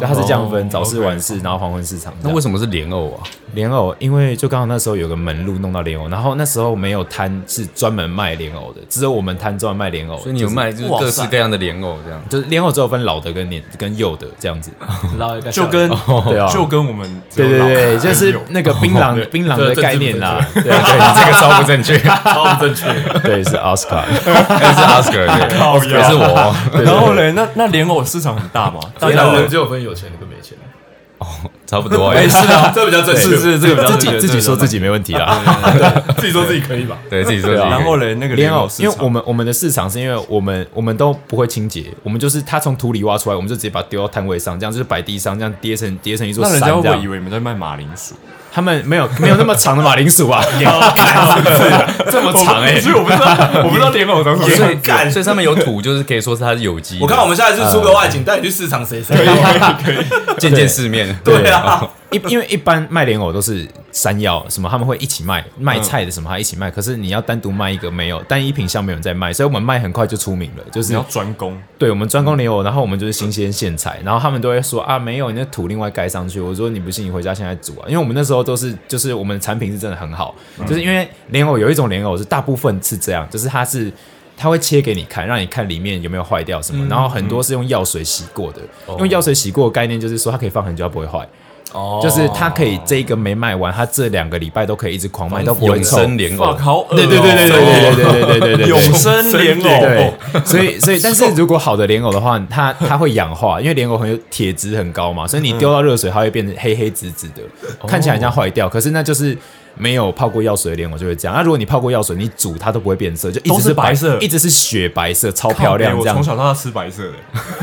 [SPEAKER 4] 对，它是这样分，早市、晚市，然后黄昏市场这样。
[SPEAKER 2] 那为什么是莲藕啊？
[SPEAKER 4] 莲藕，因为就刚好那时候有个门路弄到莲藕，然后那时候没有摊是专门卖莲藕的，只有我们摊专门卖莲藕的，
[SPEAKER 2] 所以你有卖就是各式各样的莲藕这
[SPEAKER 3] [LAUGHS]
[SPEAKER 2] 样。
[SPEAKER 4] 就是莲藕只有分老的跟年跟幼的这样子，
[SPEAKER 3] 捞一个
[SPEAKER 1] 就跟
[SPEAKER 4] 对啊
[SPEAKER 1] 就跟我们
[SPEAKER 4] 对对对，就是
[SPEAKER 1] 有
[SPEAKER 4] 那个槟榔槟榔的概念啦，对对，
[SPEAKER 2] 这个超不正确，
[SPEAKER 3] 超不正确，
[SPEAKER 4] [LAUGHS]
[SPEAKER 3] [LAUGHS]
[SPEAKER 4] 对是奥斯卡，
[SPEAKER 2] 那是 [LAUGHS] Oscar，对
[SPEAKER 1] 靠
[SPEAKER 2] 不是
[SPEAKER 1] 腰。
[SPEAKER 4] [LAUGHS]
[SPEAKER 2] 我，
[SPEAKER 1] 然后嘞，那那莲藕市场很大吗？大
[SPEAKER 3] 原
[SPEAKER 1] 家
[SPEAKER 3] 来
[SPEAKER 1] 会
[SPEAKER 3] 人只有分有钱的跟没钱的。
[SPEAKER 2] 差不多 [LAUGHS] 哎
[SPEAKER 3] 哎，，是 [LAUGHS] 啊，这比较正确，
[SPEAKER 1] 是是这个比较
[SPEAKER 4] 自己
[SPEAKER 1] 对
[SPEAKER 4] 自己说自己没问题
[SPEAKER 3] [LAUGHS]
[SPEAKER 4] 啦。
[SPEAKER 3] 自己说自己可以吧？
[SPEAKER 2] 对自己说。
[SPEAKER 4] 对啊
[SPEAKER 1] 然后嘞，那个
[SPEAKER 4] 莲藕，
[SPEAKER 1] 市
[SPEAKER 4] 因为
[SPEAKER 1] 场
[SPEAKER 4] 我们我们的市场是因为我们我们都不会清洁，我们就是它从土里挖出来，我们就直接把它丢到摊位上，这样就是摆地上，这样叠成叠成一座
[SPEAKER 1] 那
[SPEAKER 4] 山
[SPEAKER 1] 人家
[SPEAKER 4] 这
[SPEAKER 1] 会
[SPEAKER 4] 样。
[SPEAKER 1] 不会以为你们在卖马铃薯？
[SPEAKER 4] 他们没有没有那么长的马铃
[SPEAKER 1] [LAUGHS]
[SPEAKER 4] 薯啊， [LAUGHS] 这么长哎、
[SPEAKER 1] 所以我不知
[SPEAKER 4] [LAUGHS]
[SPEAKER 1] 道，我不知道莲藕长什么
[SPEAKER 2] 所
[SPEAKER 1] 样。
[SPEAKER 2] 以所以上面有土，就是可以说是它是有
[SPEAKER 4] 啊
[SPEAKER 2] 机的。
[SPEAKER 3] 我看我们下一次出个外景，带你去市场谁谁。
[SPEAKER 2] 见见世面，
[SPEAKER 3] 对啊，
[SPEAKER 4] 一因为一般卖莲藕都是山药什么，他们会一起卖
[SPEAKER 1] 嗯
[SPEAKER 4] 卖菜的什么，他一起卖。可是你要单独卖一个没有，单一品相没有人在卖，所以我们卖很快就出名了，就
[SPEAKER 1] 你
[SPEAKER 4] 是
[SPEAKER 1] 要专攻，
[SPEAKER 4] 对我们专攻莲藕，然后我们就是新鲜现采，然后他们都会说啊没有，你那土另外盖上去。我说你不信，你回家现在煮啊，因为我们那时候都是就是我们的产品是真的很好，就是因为莲藕有一种莲藕是大部分是这样，就是它是。它会切给你看，让你看里面有没有坏掉什么，然后很多是用药水洗过的。用药水洗过的概念就是说，它可以放很久，它不会坏。
[SPEAKER 3] 哦
[SPEAKER 4] 就是它可以这一个没卖完，它这两个礼拜都可以一直狂卖，都不会
[SPEAKER 2] 永
[SPEAKER 4] 臭。
[SPEAKER 2] 生莲藕
[SPEAKER 1] 哇，，好恶哦
[SPEAKER 4] 对对对对对对对对对对对，
[SPEAKER 1] 永生莲
[SPEAKER 4] 对
[SPEAKER 1] 藕，，哦 [LAUGHS]
[SPEAKER 4] 所以所以，但是如果好的莲藕的话，它它会氧化，因为莲藕很有铁质很高嘛，所以你丢到热水，它会变成黑黑紫紫的，
[SPEAKER 1] 嗯
[SPEAKER 4] 看起来很像坏掉。可是那就是没有泡过药水的莲藕就会这样。那如果你泡过药水，你煮它都不会变色，就一
[SPEAKER 1] 都
[SPEAKER 4] 直
[SPEAKER 1] 是白色
[SPEAKER 4] 一直是雪白色，超
[SPEAKER 1] 靠
[SPEAKER 4] 漂
[SPEAKER 3] 哎
[SPEAKER 4] 亮
[SPEAKER 1] 北
[SPEAKER 4] 这
[SPEAKER 1] 我
[SPEAKER 4] 样
[SPEAKER 1] 从。小到大吃白色的，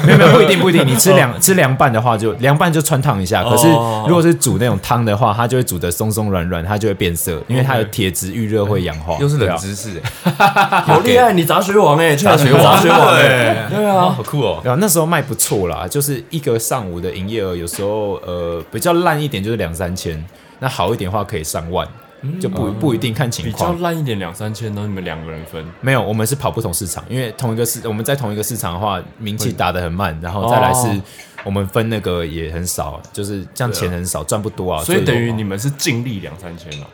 [SPEAKER 4] 没有没有不一定不一定，你
[SPEAKER 1] [LAUGHS]
[SPEAKER 4] 吃凉吃凉拌的话就凉拌就穿烫一下，可是
[SPEAKER 1] 哦
[SPEAKER 4] 如果是煮那种汤的话，它就会煮的松松软软，它就会变色，因为它有
[SPEAKER 1] OK
[SPEAKER 4] 铁质遇热会氧化。
[SPEAKER 2] 又是
[SPEAKER 4] 对
[SPEAKER 2] 冷
[SPEAKER 4] 啊
[SPEAKER 2] 知
[SPEAKER 3] [LAUGHS]
[SPEAKER 2] 识，
[SPEAKER 1] 好厉害！你杂学王哎，杂
[SPEAKER 2] 学王
[SPEAKER 1] 杂学王哎，
[SPEAKER 2] 对啊，好酷哦。
[SPEAKER 4] 对啊，那时候卖不错啦，就是一个上午的营业额，有时候呃比较烂一点就是两三千，那好一点的话可以上万，就不不一定看
[SPEAKER 1] 嗯
[SPEAKER 4] 情
[SPEAKER 1] 哦比较
[SPEAKER 4] 况。
[SPEAKER 1] 烂一点两三千，都你们两个人分，
[SPEAKER 4] 没有，我们是跑不同市场，因为同一个市我们在同一个市场的话，名气打得很慢，然后再来是
[SPEAKER 1] 哦
[SPEAKER 4] 我们分那个也很少，就是这样钱很少，赚不多啊，
[SPEAKER 1] 所以等于
[SPEAKER 4] 我
[SPEAKER 1] 你们是净利两三千了。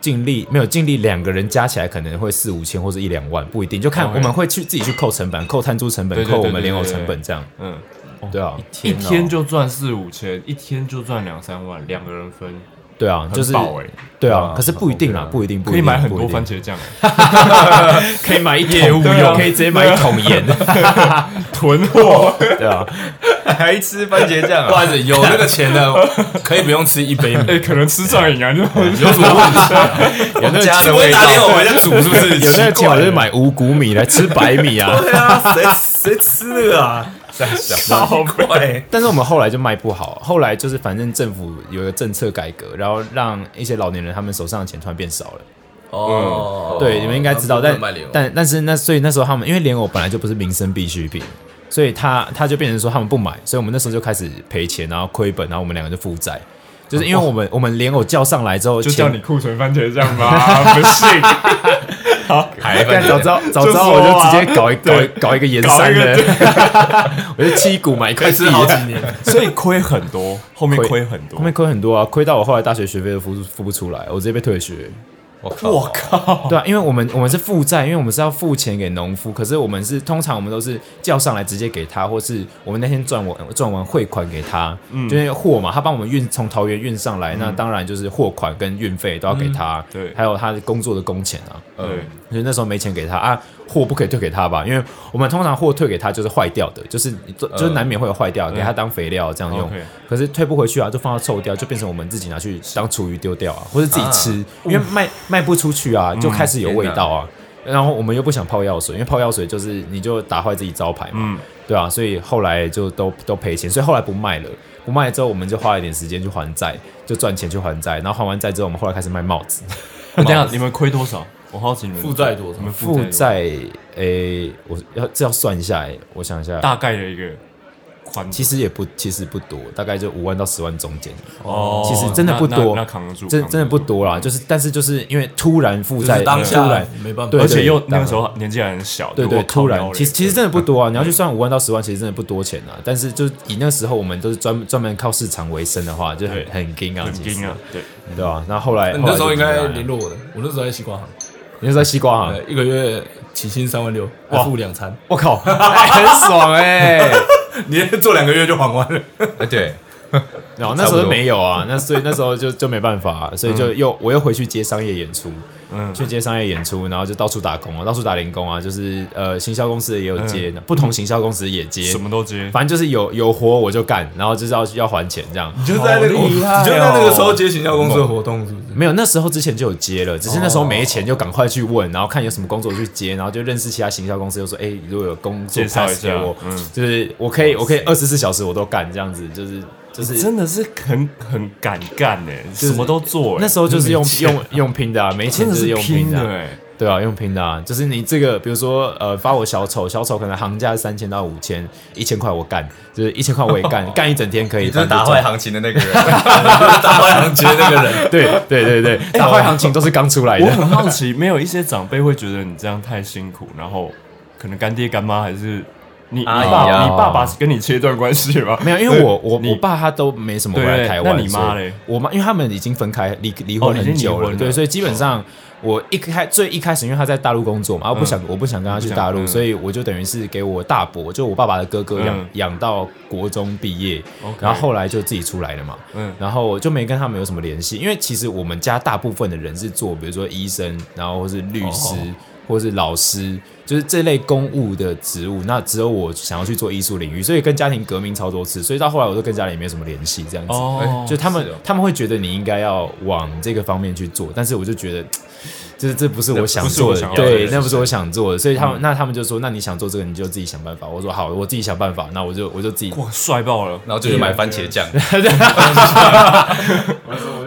[SPEAKER 4] 净利没有净利，两个人加起来可能会四五千或者一两万，不一定，就看
[SPEAKER 1] OK
[SPEAKER 4] 我们会去自己去扣成本，扣摊租成
[SPEAKER 1] 对哦哎对
[SPEAKER 4] 本，
[SPEAKER 1] 对
[SPEAKER 4] 扣我们
[SPEAKER 1] 对
[SPEAKER 4] 莲藕
[SPEAKER 1] 对对
[SPEAKER 4] 成本这样，
[SPEAKER 1] 嗯，
[SPEAKER 4] 对啊，
[SPEAKER 1] 一
[SPEAKER 2] 哦
[SPEAKER 1] 天就赚四五千，一天就赚两三万，两个人分，
[SPEAKER 4] 对啊，
[SPEAKER 1] 很
[SPEAKER 4] 就是
[SPEAKER 1] 爆哎，
[SPEAKER 4] 对啊
[SPEAKER 2] 啊，
[SPEAKER 4] 可是不一定啊，不一定，不一
[SPEAKER 1] 可以
[SPEAKER 4] 定
[SPEAKER 1] 买很
[SPEAKER 4] 不一
[SPEAKER 1] 多
[SPEAKER 4] 定
[SPEAKER 1] 番茄酱哎。
[SPEAKER 4] 可以买一业务
[SPEAKER 1] 对啊
[SPEAKER 4] 可以直接买一桶盐，
[SPEAKER 1] 囤货，
[SPEAKER 4] 对啊，
[SPEAKER 2] 还吃番茄酱啊
[SPEAKER 3] 不？好意思，有那个钱的可以不用吃一杯
[SPEAKER 2] [LAUGHS]
[SPEAKER 3] 米，
[SPEAKER 1] [LAUGHS] 哎，可能吃上瘾啊，就
[SPEAKER 3] 有什么问题？
[SPEAKER 4] [LAUGHS] 有那个
[SPEAKER 2] 家
[SPEAKER 4] 钱
[SPEAKER 2] 的
[SPEAKER 3] 不会
[SPEAKER 2] 味
[SPEAKER 3] 打电
[SPEAKER 2] 道，
[SPEAKER 3] 话回家煮是
[SPEAKER 2] [LAUGHS]
[SPEAKER 3] 不是？
[SPEAKER 4] 有那个钱，我就买五谷米来吃 [LAUGHS] 白米啊。
[SPEAKER 3] 对啊，谁谁吃那个啊？
[SPEAKER 1] 好贵。
[SPEAKER 3] 对，
[SPEAKER 4] 但是我们后来就卖不好，后来就是反正政府有一个政策改革，然后让一些老年人他们手上的钱突然变少了。
[SPEAKER 3] [LAUGHS] 哦
[SPEAKER 4] 对，你们应该知道，
[SPEAKER 3] 他
[SPEAKER 4] 但
[SPEAKER 3] 们不能卖哦莲藕
[SPEAKER 4] 但但是那所以那时候他们因为莲藕本来就不是民生必需品，所以他他就变成说他们不买，所以我们那时候就开始赔钱，然后亏本，然后我们两个就负债。就是因为我
[SPEAKER 3] 哦
[SPEAKER 4] 们我们莲藕叫上来之后，
[SPEAKER 1] 就
[SPEAKER 4] 前
[SPEAKER 1] 叫你库存番茄酱 [LAUGHS] 吧，不信？好，
[SPEAKER 2] 还
[SPEAKER 4] 但早知道早知道
[SPEAKER 1] 就
[SPEAKER 4] 我
[SPEAKER 1] 说
[SPEAKER 4] 就
[SPEAKER 1] 啊
[SPEAKER 4] 直接搞一搞一搞一个盐山
[SPEAKER 1] 搞一个
[SPEAKER 4] 的， [LAUGHS] 我就七股买一
[SPEAKER 3] 可
[SPEAKER 4] 块
[SPEAKER 3] 以
[SPEAKER 4] 地
[SPEAKER 3] 吃，
[SPEAKER 4] 啊
[SPEAKER 3] 好几年，
[SPEAKER 1] 所以亏很多，后面亏很多
[SPEAKER 4] 后。面亏很多啊，亏到我后来大学学费都付付不出来，我直接被退学。
[SPEAKER 2] 我靠，
[SPEAKER 1] 我靠，
[SPEAKER 4] [LAUGHS] 对啊，因为我们我们是负债，因为我们是要付钱给农夫，可是我们是通常我们都是叫上来直接给他，或是我们那天赚完赚完汇款给他，就是货嘛，他帮我们运从桃园运上来，那当然就是货款跟运费都要给他，
[SPEAKER 1] 对
[SPEAKER 4] 还有他工作的工钱啊，
[SPEAKER 1] 对
[SPEAKER 4] 所以那时候没钱给他啊，货不可以退给他吧，因为我们通常货退给他就是坏掉的，就是就是难免会有坏掉，给他当肥料这样用
[SPEAKER 1] 呃 OK，
[SPEAKER 4] 可是退不回去啊，就放到臭掉，就变成我们自己拿去当厨余丢掉啊，或者自己吃，因为卖卖不出去
[SPEAKER 1] 嗯
[SPEAKER 4] 啊，就开始有味道啊。然后我们又不想泡药水，因为泡药水就是你就打坏自己招牌嘛，
[SPEAKER 1] 嗯
[SPEAKER 4] 对啊，所以后来就都都赔钱，所以后来不卖了。不卖了之后，我们就花了一点时间去还债，就赚钱去还债。然后还完债之后，我们后来开始卖帽子。
[SPEAKER 1] 等一下你们亏多少？我好奇你们
[SPEAKER 3] 负债多少
[SPEAKER 1] 你们
[SPEAKER 4] 负
[SPEAKER 1] 负债
[SPEAKER 4] 债，诶、我要这要算一下、诶，我想一下，
[SPEAKER 1] 大概的一个款，
[SPEAKER 4] 其实也不，其实不多，大概就五万到十万中间，
[SPEAKER 1] 哦，
[SPEAKER 4] 其实真的不
[SPEAKER 1] 那
[SPEAKER 4] 多
[SPEAKER 1] 那那扛得住，
[SPEAKER 4] 真
[SPEAKER 1] 扛
[SPEAKER 4] 真的不多啦。就是，但是就是因为突然负
[SPEAKER 3] 就是
[SPEAKER 4] 债，
[SPEAKER 3] 当
[SPEAKER 4] 突
[SPEAKER 3] 下
[SPEAKER 4] 然，
[SPEAKER 3] 没办法，
[SPEAKER 4] 对
[SPEAKER 1] 而且又
[SPEAKER 4] 当然
[SPEAKER 1] 那个时候年纪还很小，
[SPEAKER 4] 对
[SPEAKER 1] 如
[SPEAKER 4] 对，
[SPEAKER 1] 果靠
[SPEAKER 4] 突然
[SPEAKER 1] 腰，嘞嗯
[SPEAKER 4] 其实其实真的不多啊。你要去算五万到十万，其实真的不多钱啊。但是就是以那时候我们都是专专门靠市场为生的话，就很
[SPEAKER 1] 对
[SPEAKER 4] 很硬啊，
[SPEAKER 1] 很
[SPEAKER 4] 其实
[SPEAKER 1] 硬啊，，对，
[SPEAKER 4] 对吧、那后来
[SPEAKER 3] 你那时候应该
[SPEAKER 4] 你
[SPEAKER 3] 联络我的，我那时候在西瓜行，
[SPEAKER 4] 那时候在西瓜行
[SPEAKER 3] 呃，，一个月起薪三万六，还付两餐，
[SPEAKER 1] [LAUGHS]
[SPEAKER 4] 我靠，很爽哎、
[SPEAKER 1] 欸
[SPEAKER 4] [LAUGHS]
[SPEAKER 3] 你做两个月就还 [LAUGHS] 完了。
[SPEAKER 2] 哎对，
[SPEAKER 4] 然哦后那时候没有啊， [LAUGHS] 那所以那时候就就没办法、啊所以就又我又回去接商业演出，
[SPEAKER 1] 嗯
[SPEAKER 4] 去接商业演出，然后就到处打工啊，到处打零工啊，就是呃行销公司也有接，不同行销公司也接
[SPEAKER 1] 嗯什，么都接，
[SPEAKER 4] 反正就是有有活我就干，然后就是要要还钱这样。
[SPEAKER 3] 你就在那个，
[SPEAKER 1] 好
[SPEAKER 3] 你就
[SPEAKER 1] 厉害哦
[SPEAKER 3] 在那个时候接行销公司的活动，是不是？
[SPEAKER 4] 没有，那时候之前就有接了，只是那时候没钱，就赶快去问，然后看有什么工作去接，然后就认识其他行销公司，就说，哎、如果有工作
[SPEAKER 1] 介绍一
[SPEAKER 4] pass
[SPEAKER 1] 下
[SPEAKER 4] 给
[SPEAKER 1] [LAUGHS]
[SPEAKER 4] 我，
[SPEAKER 1] 嗯
[SPEAKER 4] 就是我可以，我可以二十四小时我都干这样子，就是就是
[SPEAKER 1] 哎真的是很很敢干哎，什么都做欸，
[SPEAKER 4] 那时候就是用
[SPEAKER 1] 没钱
[SPEAKER 4] 用用拼的啊，没钱
[SPEAKER 1] 真
[SPEAKER 4] 就
[SPEAKER 1] 的是
[SPEAKER 4] 用
[SPEAKER 1] 拼
[SPEAKER 4] 的
[SPEAKER 1] 的
[SPEAKER 4] 啊，
[SPEAKER 1] 哎，
[SPEAKER 4] 对啊，用拼的啊，就是你这个，比如说呃，发我小丑，小丑可能行价三千到五千，一千块我干，就是一千块我也干，干一整天可以，
[SPEAKER 2] 你就是
[SPEAKER 4] 反正
[SPEAKER 2] 打
[SPEAKER 4] 就
[SPEAKER 2] 坏行情的那个人，
[SPEAKER 3] 大坏行接那个人，
[SPEAKER 4] 对对对对，打坏行情都是刚出来
[SPEAKER 1] 我
[SPEAKER 4] 的，
[SPEAKER 1] 很好奇，没有一些长辈会觉得你这样太辛苦，然后可能干爹干妈还是你你
[SPEAKER 2] 阿
[SPEAKER 1] 爸
[SPEAKER 2] 姨
[SPEAKER 4] 啊
[SPEAKER 1] 你爸爸是跟你切断关系吗？
[SPEAKER 4] 没有，因为我
[SPEAKER 1] 对
[SPEAKER 4] 我
[SPEAKER 1] 啊你
[SPEAKER 4] 我爸他都没什么回
[SPEAKER 1] 对
[SPEAKER 4] 来台湾，
[SPEAKER 1] 那你妈
[SPEAKER 4] 所以
[SPEAKER 1] 嘞？
[SPEAKER 4] 我妈因为他们已经分开离离婚
[SPEAKER 1] 哦已经
[SPEAKER 4] 很久
[SPEAKER 1] 离
[SPEAKER 4] 了，
[SPEAKER 1] 婚了哦
[SPEAKER 4] 对，所以基本上我一开最一开始，因为他在大陆工作嘛，我不想我不想跟他去大
[SPEAKER 1] 嗯不
[SPEAKER 4] 陆，
[SPEAKER 1] 想嗯
[SPEAKER 4] 所以我就等于是给我大伯，就我爸爸的哥哥养
[SPEAKER 1] 嗯
[SPEAKER 4] 养到国中毕业，
[SPEAKER 1] OK
[SPEAKER 4] 然后后来就自己出来了嘛，
[SPEAKER 1] 嗯
[SPEAKER 4] 然后就没跟他们有什么联系，因为其实我们家大部分的人是做，比如说医生，然后或是律
[SPEAKER 1] 哦
[SPEAKER 4] 师，或是老师，就是这类公务的职务。那只有我想要去做艺术领域，所以跟家庭革命超多次，所以到后来我都跟家里没什么联系，这样子。
[SPEAKER 1] 哦，
[SPEAKER 4] 就他们、
[SPEAKER 2] 是哦
[SPEAKER 4] 他们会觉得你应该要往这个方面去做，但是我就觉得，就是这不是我想
[SPEAKER 1] 不是
[SPEAKER 4] 做
[SPEAKER 1] 我
[SPEAKER 4] 的，
[SPEAKER 1] 想要的
[SPEAKER 4] 对，
[SPEAKER 1] 人
[SPEAKER 4] 那不是我想做的，所以他们、那他们就说，那你想做这个你就自己想办法。我说好，我自己想办法，那我就我
[SPEAKER 1] [LAUGHS]
[SPEAKER 4] 就自己
[SPEAKER 1] 哇帅爆了，
[SPEAKER 2] 然后就去买番茄
[SPEAKER 3] [LAUGHS]
[SPEAKER 2] 酱，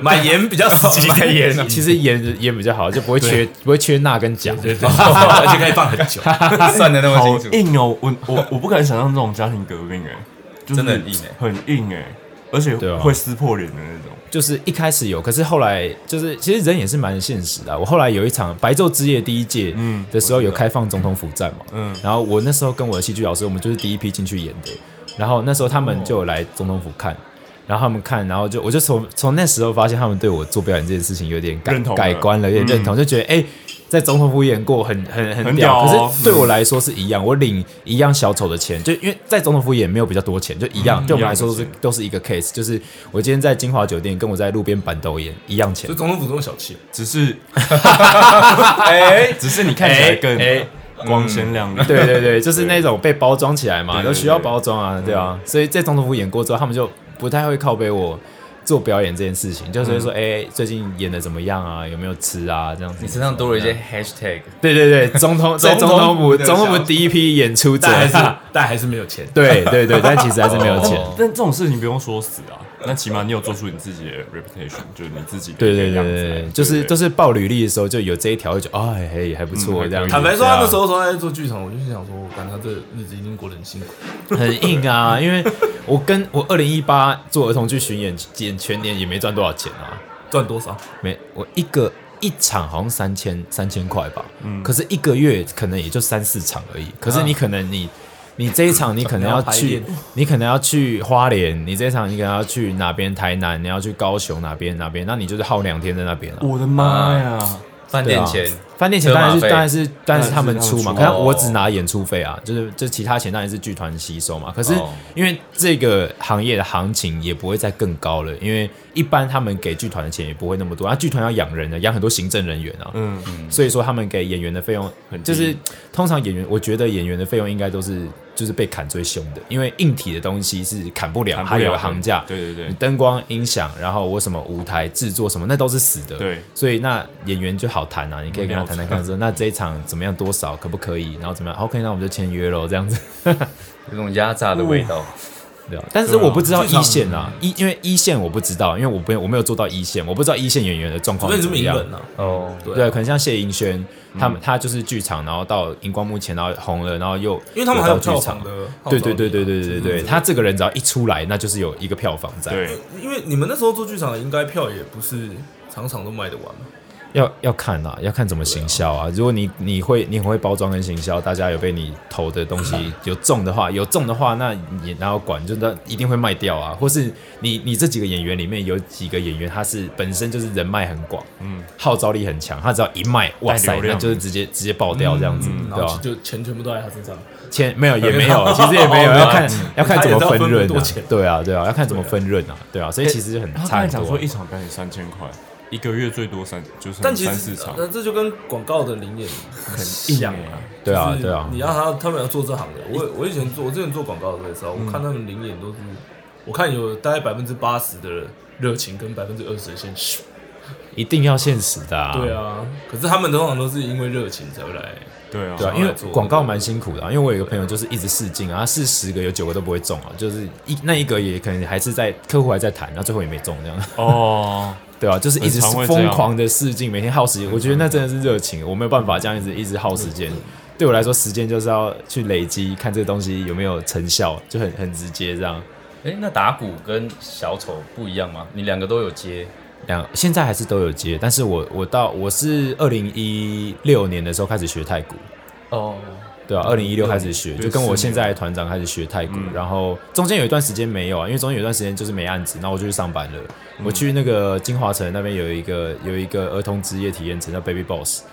[SPEAKER 3] 买盐比较实际 [LAUGHS] 的盐，
[SPEAKER 4] 其实演演比较好，就不会缺不会缺钠跟钾。
[SPEAKER 2] [LAUGHS]
[SPEAKER 3] 而且可以放很 [LAUGHS] 久。
[SPEAKER 2] 算的那
[SPEAKER 1] 好
[SPEAKER 2] 么清楚，
[SPEAKER 1] 硬哦！我我我不敢想象这种家庭革
[SPEAKER 2] [LAUGHS]
[SPEAKER 1] 命哎、就是
[SPEAKER 2] 真的很硬欸
[SPEAKER 1] 很硬哎、而且
[SPEAKER 4] 对啊
[SPEAKER 1] 会撕破脸的那种。
[SPEAKER 4] 就是一开始有，可是后来就是其实人也是蛮现实的啊、我后来有一场白昼之夜第一届
[SPEAKER 1] 嗯
[SPEAKER 4] 的时候有开放总统府站嘛，
[SPEAKER 1] 嗯
[SPEAKER 4] 然后我那时候跟我的戏剧老师，我们就是第一批进去演的，然后那时候他们就有来总统府看。然后他们看，然后就我就从从那时候发现他们对我做表演这件事情有点改
[SPEAKER 1] 认同了
[SPEAKER 4] 改观了，有点认同，就觉得哎、在总统府演过很很很
[SPEAKER 1] 很屌
[SPEAKER 4] 屌，
[SPEAKER 1] 哦
[SPEAKER 4] 可是对我来说是一样，我领一样小丑的钱，就因为在总统府也没有比较多钱，就一样，对我们来说
[SPEAKER 1] 嗯
[SPEAKER 4] 都
[SPEAKER 1] 一
[SPEAKER 4] 是
[SPEAKER 1] 样的
[SPEAKER 4] 都是一个 case，就是我今天在金华酒店跟我在路边板豆演一样钱
[SPEAKER 3] 所以，总统府这么小气，
[SPEAKER 1] 只
[SPEAKER 2] [LAUGHS]
[SPEAKER 1] 是
[SPEAKER 4] 哎，
[SPEAKER 1] [LAUGHS] 只是你看起来
[SPEAKER 4] 哎哎
[SPEAKER 1] 更光鲜亮丽、
[SPEAKER 4] [LAUGHS] 嗯对对对，就是那种被包装起来嘛，
[SPEAKER 1] 对
[SPEAKER 4] 都
[SPEAKER 1] 对
[SPEAKER 4] 需要包装啊，对啊。所以在总统府演过之后，他们就不太会靠背我做表演这件事情，就是会说，哎、最近演的怎么样啊？有没有吃啊？这样子
[SPEAKER 2] 你。身上多了一些 hashtag，
[SPEAKER 4] 对对对，总统在总统府，
[SPEAKER 2] 总
[SPEAKER 4] 总
[SPEAKER 2] 统
[SPEAKER 4] 统府第一批演出者
[SPEAKER 3] 但，还是啊但还是没有钱。
[SPEAKER 4] [LAUGHS] 对对对，但其实还是没有钱。
[SPEAKER 2] 哦
[SPEAKER 1] 但这种事情不用说死啊，那起码你有做出你自己的 reputation，就是你自己的
[SPEAKER 4] 对
[SPEAKER 1] 一个
[SPEAKER 4] 对对
[SPEAKER 1] 样子啊
[SPEAKER 4] 对对，就是都是报履历的时候就有这一条，就觉得哎、嘿还不错、
[SPEAKER 1] 嗯
[SPEAKER 4] 这样子。
[SPEAKER 3] 坦白说，哎
[SPEAKER 4] 对啊
[SPEAKER 3] 他那时候说他在做剧场，我就心想说，我感他这日子一定过得很辛苦。
[SPEAKER 4] 很硬啊，因为我跟我二零一八做儿童剧巡演，演全年也没赚多少钱啊，
[SPEAKER 3] 赚多少？
[SPEAKER 4] 没我一个一场好像三千三千块吧，可是一个月可能也就三四场而已，可是你可能你。你这一场你可能要去，你可能要去花莲，你这一场你可能要去哪边？台南，你要去高雄哪边哪边？那你就是耗两天在那边了、啊
[SPEAKER 1] 我的妈呀！
[SPEAKER 2] 饭
[SPEAKER 4] 对
[SPEAKER 2] 店
[SPEAKER 4] 啊
[SPEAKER 2] 钱，
[SPEAKER 4] 饭店钱当然是
[SPEAKER 2] 车马费
[SPEAKER 4] 当然是当然是他们出嘛，
[SPEAKER 1] 当然是他们出啊
[SPEAKER 4] 可是
[SPEAKER 2] 哦
[SPEAKER 4] 我只拿演出费啊，就是这其他钱当然是剧团吸收嘛。可是
[SPEAKER 2] 哦
[SPEAKER 4] 因为这个行业的行情也不会再更高了，因为一般他们给剧团的钱也不会那么多，啊，剧团要养人的，养很多行政人员啊，
[SPEAKER 1] 嗯，
[SPEAKER 4] 所以说他们给演员的费用就是通常演员，我觉得演员的费用应该都是就是被砍最凶的，因为硬体的东西是砍不了，
[SPEAKER 1] 砍不
[SPEAKER 4] 它有
[SPEAKER 1] 了
[SPEAKER 4] 个行价，
[SPEAKER 1] 对对对
[SPEAKER 4] 你灯光、音响，然后我什么舞台制作什么，那都是死的。
[SPEAKER 1] 对
[SPEAKER 4] 所以那演员就好谈啊，你可以跟他谈谈看说，那这一场怎么样，多少可不可以，然后怎么样？OK，那我们就签约喽，这样子。
[SPEAKER 2] 有种压榨的味道。
[SPEAKER 4] 对啊，但是
[SPEAKER 1] 对啊
[SPEAKER 4] 我不知道
[SPEAKER 3] 剧场
[SPEAKER 4] 一线啊，一因为一线我不知道，因为我没有我没有做到一线，我不知道一线演员的状
[SPEAKER 3] 除
[SPEAKER 4] 况
[SPEAKER 3] 非
[SPEAKER 4] 是
[SPEAKER 3] 你是
[SPEAKER 4] 怎
[SPEAKER 3] 名
[SPEAKER 4] 么样。
[SPEAKER 3] 人啊，
[SPEAKER 2] 哦，
[SPEAKER 3] 对啊
[SPEAKER 4] 对，可能像谢盈萱，他们他就是剧场，然后到荧光幕前，然后红了，然后又
[SPEAKER 3] 因为他们还有
[SPEAKER 4] 又到
[SPEAKER 3] 票
[SPEAKER 4] 剧
[SPEAKER 3] 房
[SPEAKER 4] 场
[SPEAKER 3] 的。号召力，
[SPEAKER 4] 对
[SPEAKER 3] 啊
[SPEAKER 4] 对对对对对对对，
[SPEAKER 3] 嗯
[SPEAKER 4] 他这个人只要一出来，那就是有一个票房在。，
[SPEAKER 1] 对，
[SPEAKER 3] 因为你们那时候做剧场，应该票也不是场场都卖得完嘛。
[SPEAKER 4] 要要看啊，要看怎么行销啊。如果你你会你很会包装跟行销，大家有被你投的东西有中的话，有中的话，那你哪有管？就那一定会卖掉啊。或是你你这几个演员里面有几个演员，他是本身就是人脉很广，嗯，号召力很强，他只要一卖，哇
[SPEAKER 1] 带
[SPEAKER 4] 塞
[SPEAKER 1] 流，
[SPEAKER 4] 那
[SPEAKER 1] 量
[SPEAKER 4] 就是直接直接爆掉这样子，
[SPEAKER 3] 嗯然
[SPEAKER 4] 嗯对吧、
[SPEAKER 3] 后就钱全部都在他身上，
[SPEAKER 4] 钱没有也没有，其实也没有，
[SPEAKER 3] 哦
[SPEAKER 4] 要看
[SPEAKER 3] 对啊
[SPEAKER 4] 要看怎么分
[SPEAKER 3] 他也
[SPEAKER 4] 润
[SPEAKER 3] 知道分多
[SPEAKER 4] 啊
[SPEAKER 3] 钱。
[SPEAKER 4] 对啊，对啊，要看怎么分润啊，对啊，所以
[SPEAKER 1] 欸
[SPEAKER 4] 其实就很
[SPEAKER 1] 然后
[SPEAKER 4] 差
[SPEAKER 1] 他还
[SPEAKER 4] 很
[SPEAKER 1] 讲
[SPEAKER 4] 多啊
[SPEAKER 1] 说一。场表演三千块，一个月最多三就是
[SPEAKER 3] 但其
[SPEAKER 1] 三
[SPEAKER 3] 实呃
[SPEAKER 1] 四场，
[SPEAKER 3] 那这就跟广告的灵验很像
[SPEAKER 1] 硬
[SPEAKER 3] 啊
[SPEAKER 1] 欸。
[SPEAKER 4] 对啊
[SPEAKER 3] 就，是
[SPEAKER 4] 对啊
[SPEAKER 3] 你，要他他们要做这行的，我我以前做我之前做广告的时候，
[SPEAKER 4] 嗯
[SPEAKER 3] 我看他们灵验都是，我看有大概百分之八十的热情跟百分之二十的现实。
[SPEAKER 4] 一定要现实的啊。
[SPEAKER 3] 对啊，可是他们通常都是因为热情才会来。
[SPEAKER 1] 对啊，
[SPEAKER 4] 对啊，
[SPEAKER 3] 想
[SPEAKER 4] 因
[SPEAKER 3] 要
[SPEAKER 4] 为
[SPEAKER 3] 来做
[SPEAKER 4] 广告蛮辛苦的、啊，因为我有一个朋友就是一直试镜啊，他试十个有九个都不会中啊，就是一那一个也可能还是在客户还在谈，然后最后也没中这样， [LAUGHS]
[SPEAKER 1] 哦，
[SPEAKER 4] 对啊，就是一直
[SPEAKER 1] 很常会这样
[SPEAKER 4] 疯狂的试镜，每天耗时间，我觉得那真的是热情，我没有办法这样一直一直耗时间。
[SPEAKER 1] 嗯
[SPEAKER 4] 对我来说，时间就是要去累积，看这个东西有没有成效，就很很直接这样。
[SPEAKER 2] 哎，那打鼓跟小丑不一样吗？你两个都有接，
[SPEAKER 4] 两现在还是都有接，但是我我到我是二零一六年的时候开始学太鼓，
[SPEAKER 2] 哦，
[SPEAKER 4] 对啊，二零一六开始学，
[SPEAKER 1] 对
[SPEAKER 4] 就跟我现在的团长开始学太鼓，然后中间有一段时间没有啊，因为中间有一段时间就是没案子，然后我就去上班了。我去那个金华城那边有一个有一个儿童职业体验城叫 Baby Boss，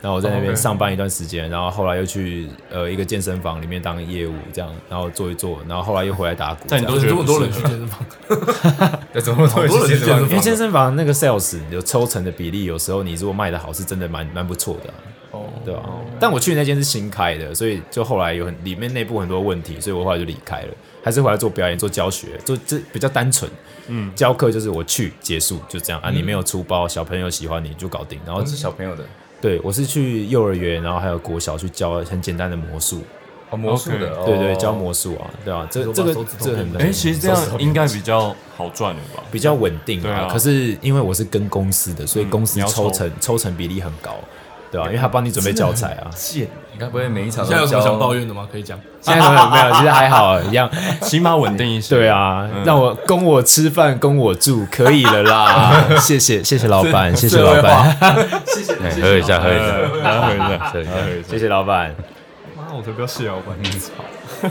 [SPEAKER 4] 然后我在那边上班一段时间，然后后来又去呃一个健身房里面当业务这样，然后做一做，然后后来又回来打鼓。
[SPEAKER 1] 但你
[SPEAKER 4] 这
[SPEAKER 1] 都
[SPEAKER 4] 样
[SPEAKER 1] 觉得
[SPEAKER 3] 这么多人
[SPEAKER 1] 不
[SPEAKER 3] 去
[SPEAKER 1] 是
[SPEAKER 3] 健身房，
[SPEAKER 2] 那怎么都
[SPEAKER 3] 好多人去健身
[SPEAKER 4] 因为
[SPEAKER 3] 房
[SPEAKER 2] 哦
[SPEAKER 4] 健身房那个 sales 有抽成的比例，有时候你如果卖的好，是真的蛮蛮不错的啊、
[SPEAKER 3] 哦
[SPEAKER 4] 对吧、但我去那间是新开的，所以就后来有很里面内部很多问题，所以我后来就离开了，还是回来做表演、做教学，做这比较单纯。嗯，教课就是我去结束就这样
[SPEAKER 3] 嗯
[SPEAKER 4] 啊，你没有出包，小朋友喜欢你就搞定。然后
[SPEAKER 2] 我是小朋友的，
[SPEAKER 4] 对我是去幼儿园，然后还有国小去教很简单的魔术，
[SPEAKER 2] 哦，魔术的，哦
[SPEAKER 4] 对对，教魔术啊，对吧、这
[SPEAKER 3] 你说
[SPEAKER 4] 这
[SPEAKER 3] 把
[SPEAKER 4] 个
[SPEAKER 3] 手指头
[SPEAKER 4] 这很
[SPEAKER 1] 哎，其实这样应该比较好赚了吧？
[SPEAKER 4] 比较稳定
[SPEAKER 1] 对啊
[SPEAKER 4] 可是因为我是跟公司的，所以公司
[SPEAKER 1] 你要抽
[SPEAKER 4] 抽成、抽成比例很高，对吧、因为他帮你准备教材啊。
[SPEAKER 1] 贱，
[SPEAKER 2] 你该不会每一场
[SPEAKER 3] 现在有
[SPEAKER 2] 都
[SPEAKER 3] 什么
[SPEAKER 2] 教
[SPEAKER 3] 想抱怨的吗？可以讲。
[SPEAKER 4] 现在可能没有，其实还好一样。
[SPEAKER 1] 起码稳定一些。
[SPEAKER 4] 对，啊，让我供我吃饭，供我住，可以了啦。谢谢谢谢老板，谢谢
[SPEAKER 2] 社会
[SPEAKER 4] 老板，
[SPEAKER 3] 谢谢
[SPEAKER 2] 哎，喝一下，喝一下，
[SPEAKER 1] 来回来，
[SPEAKER 2] 喝一下。
[SPEAKER 4] 谢谢老板。
[SPEAKER 1] 妈，我才不要谢老板，操！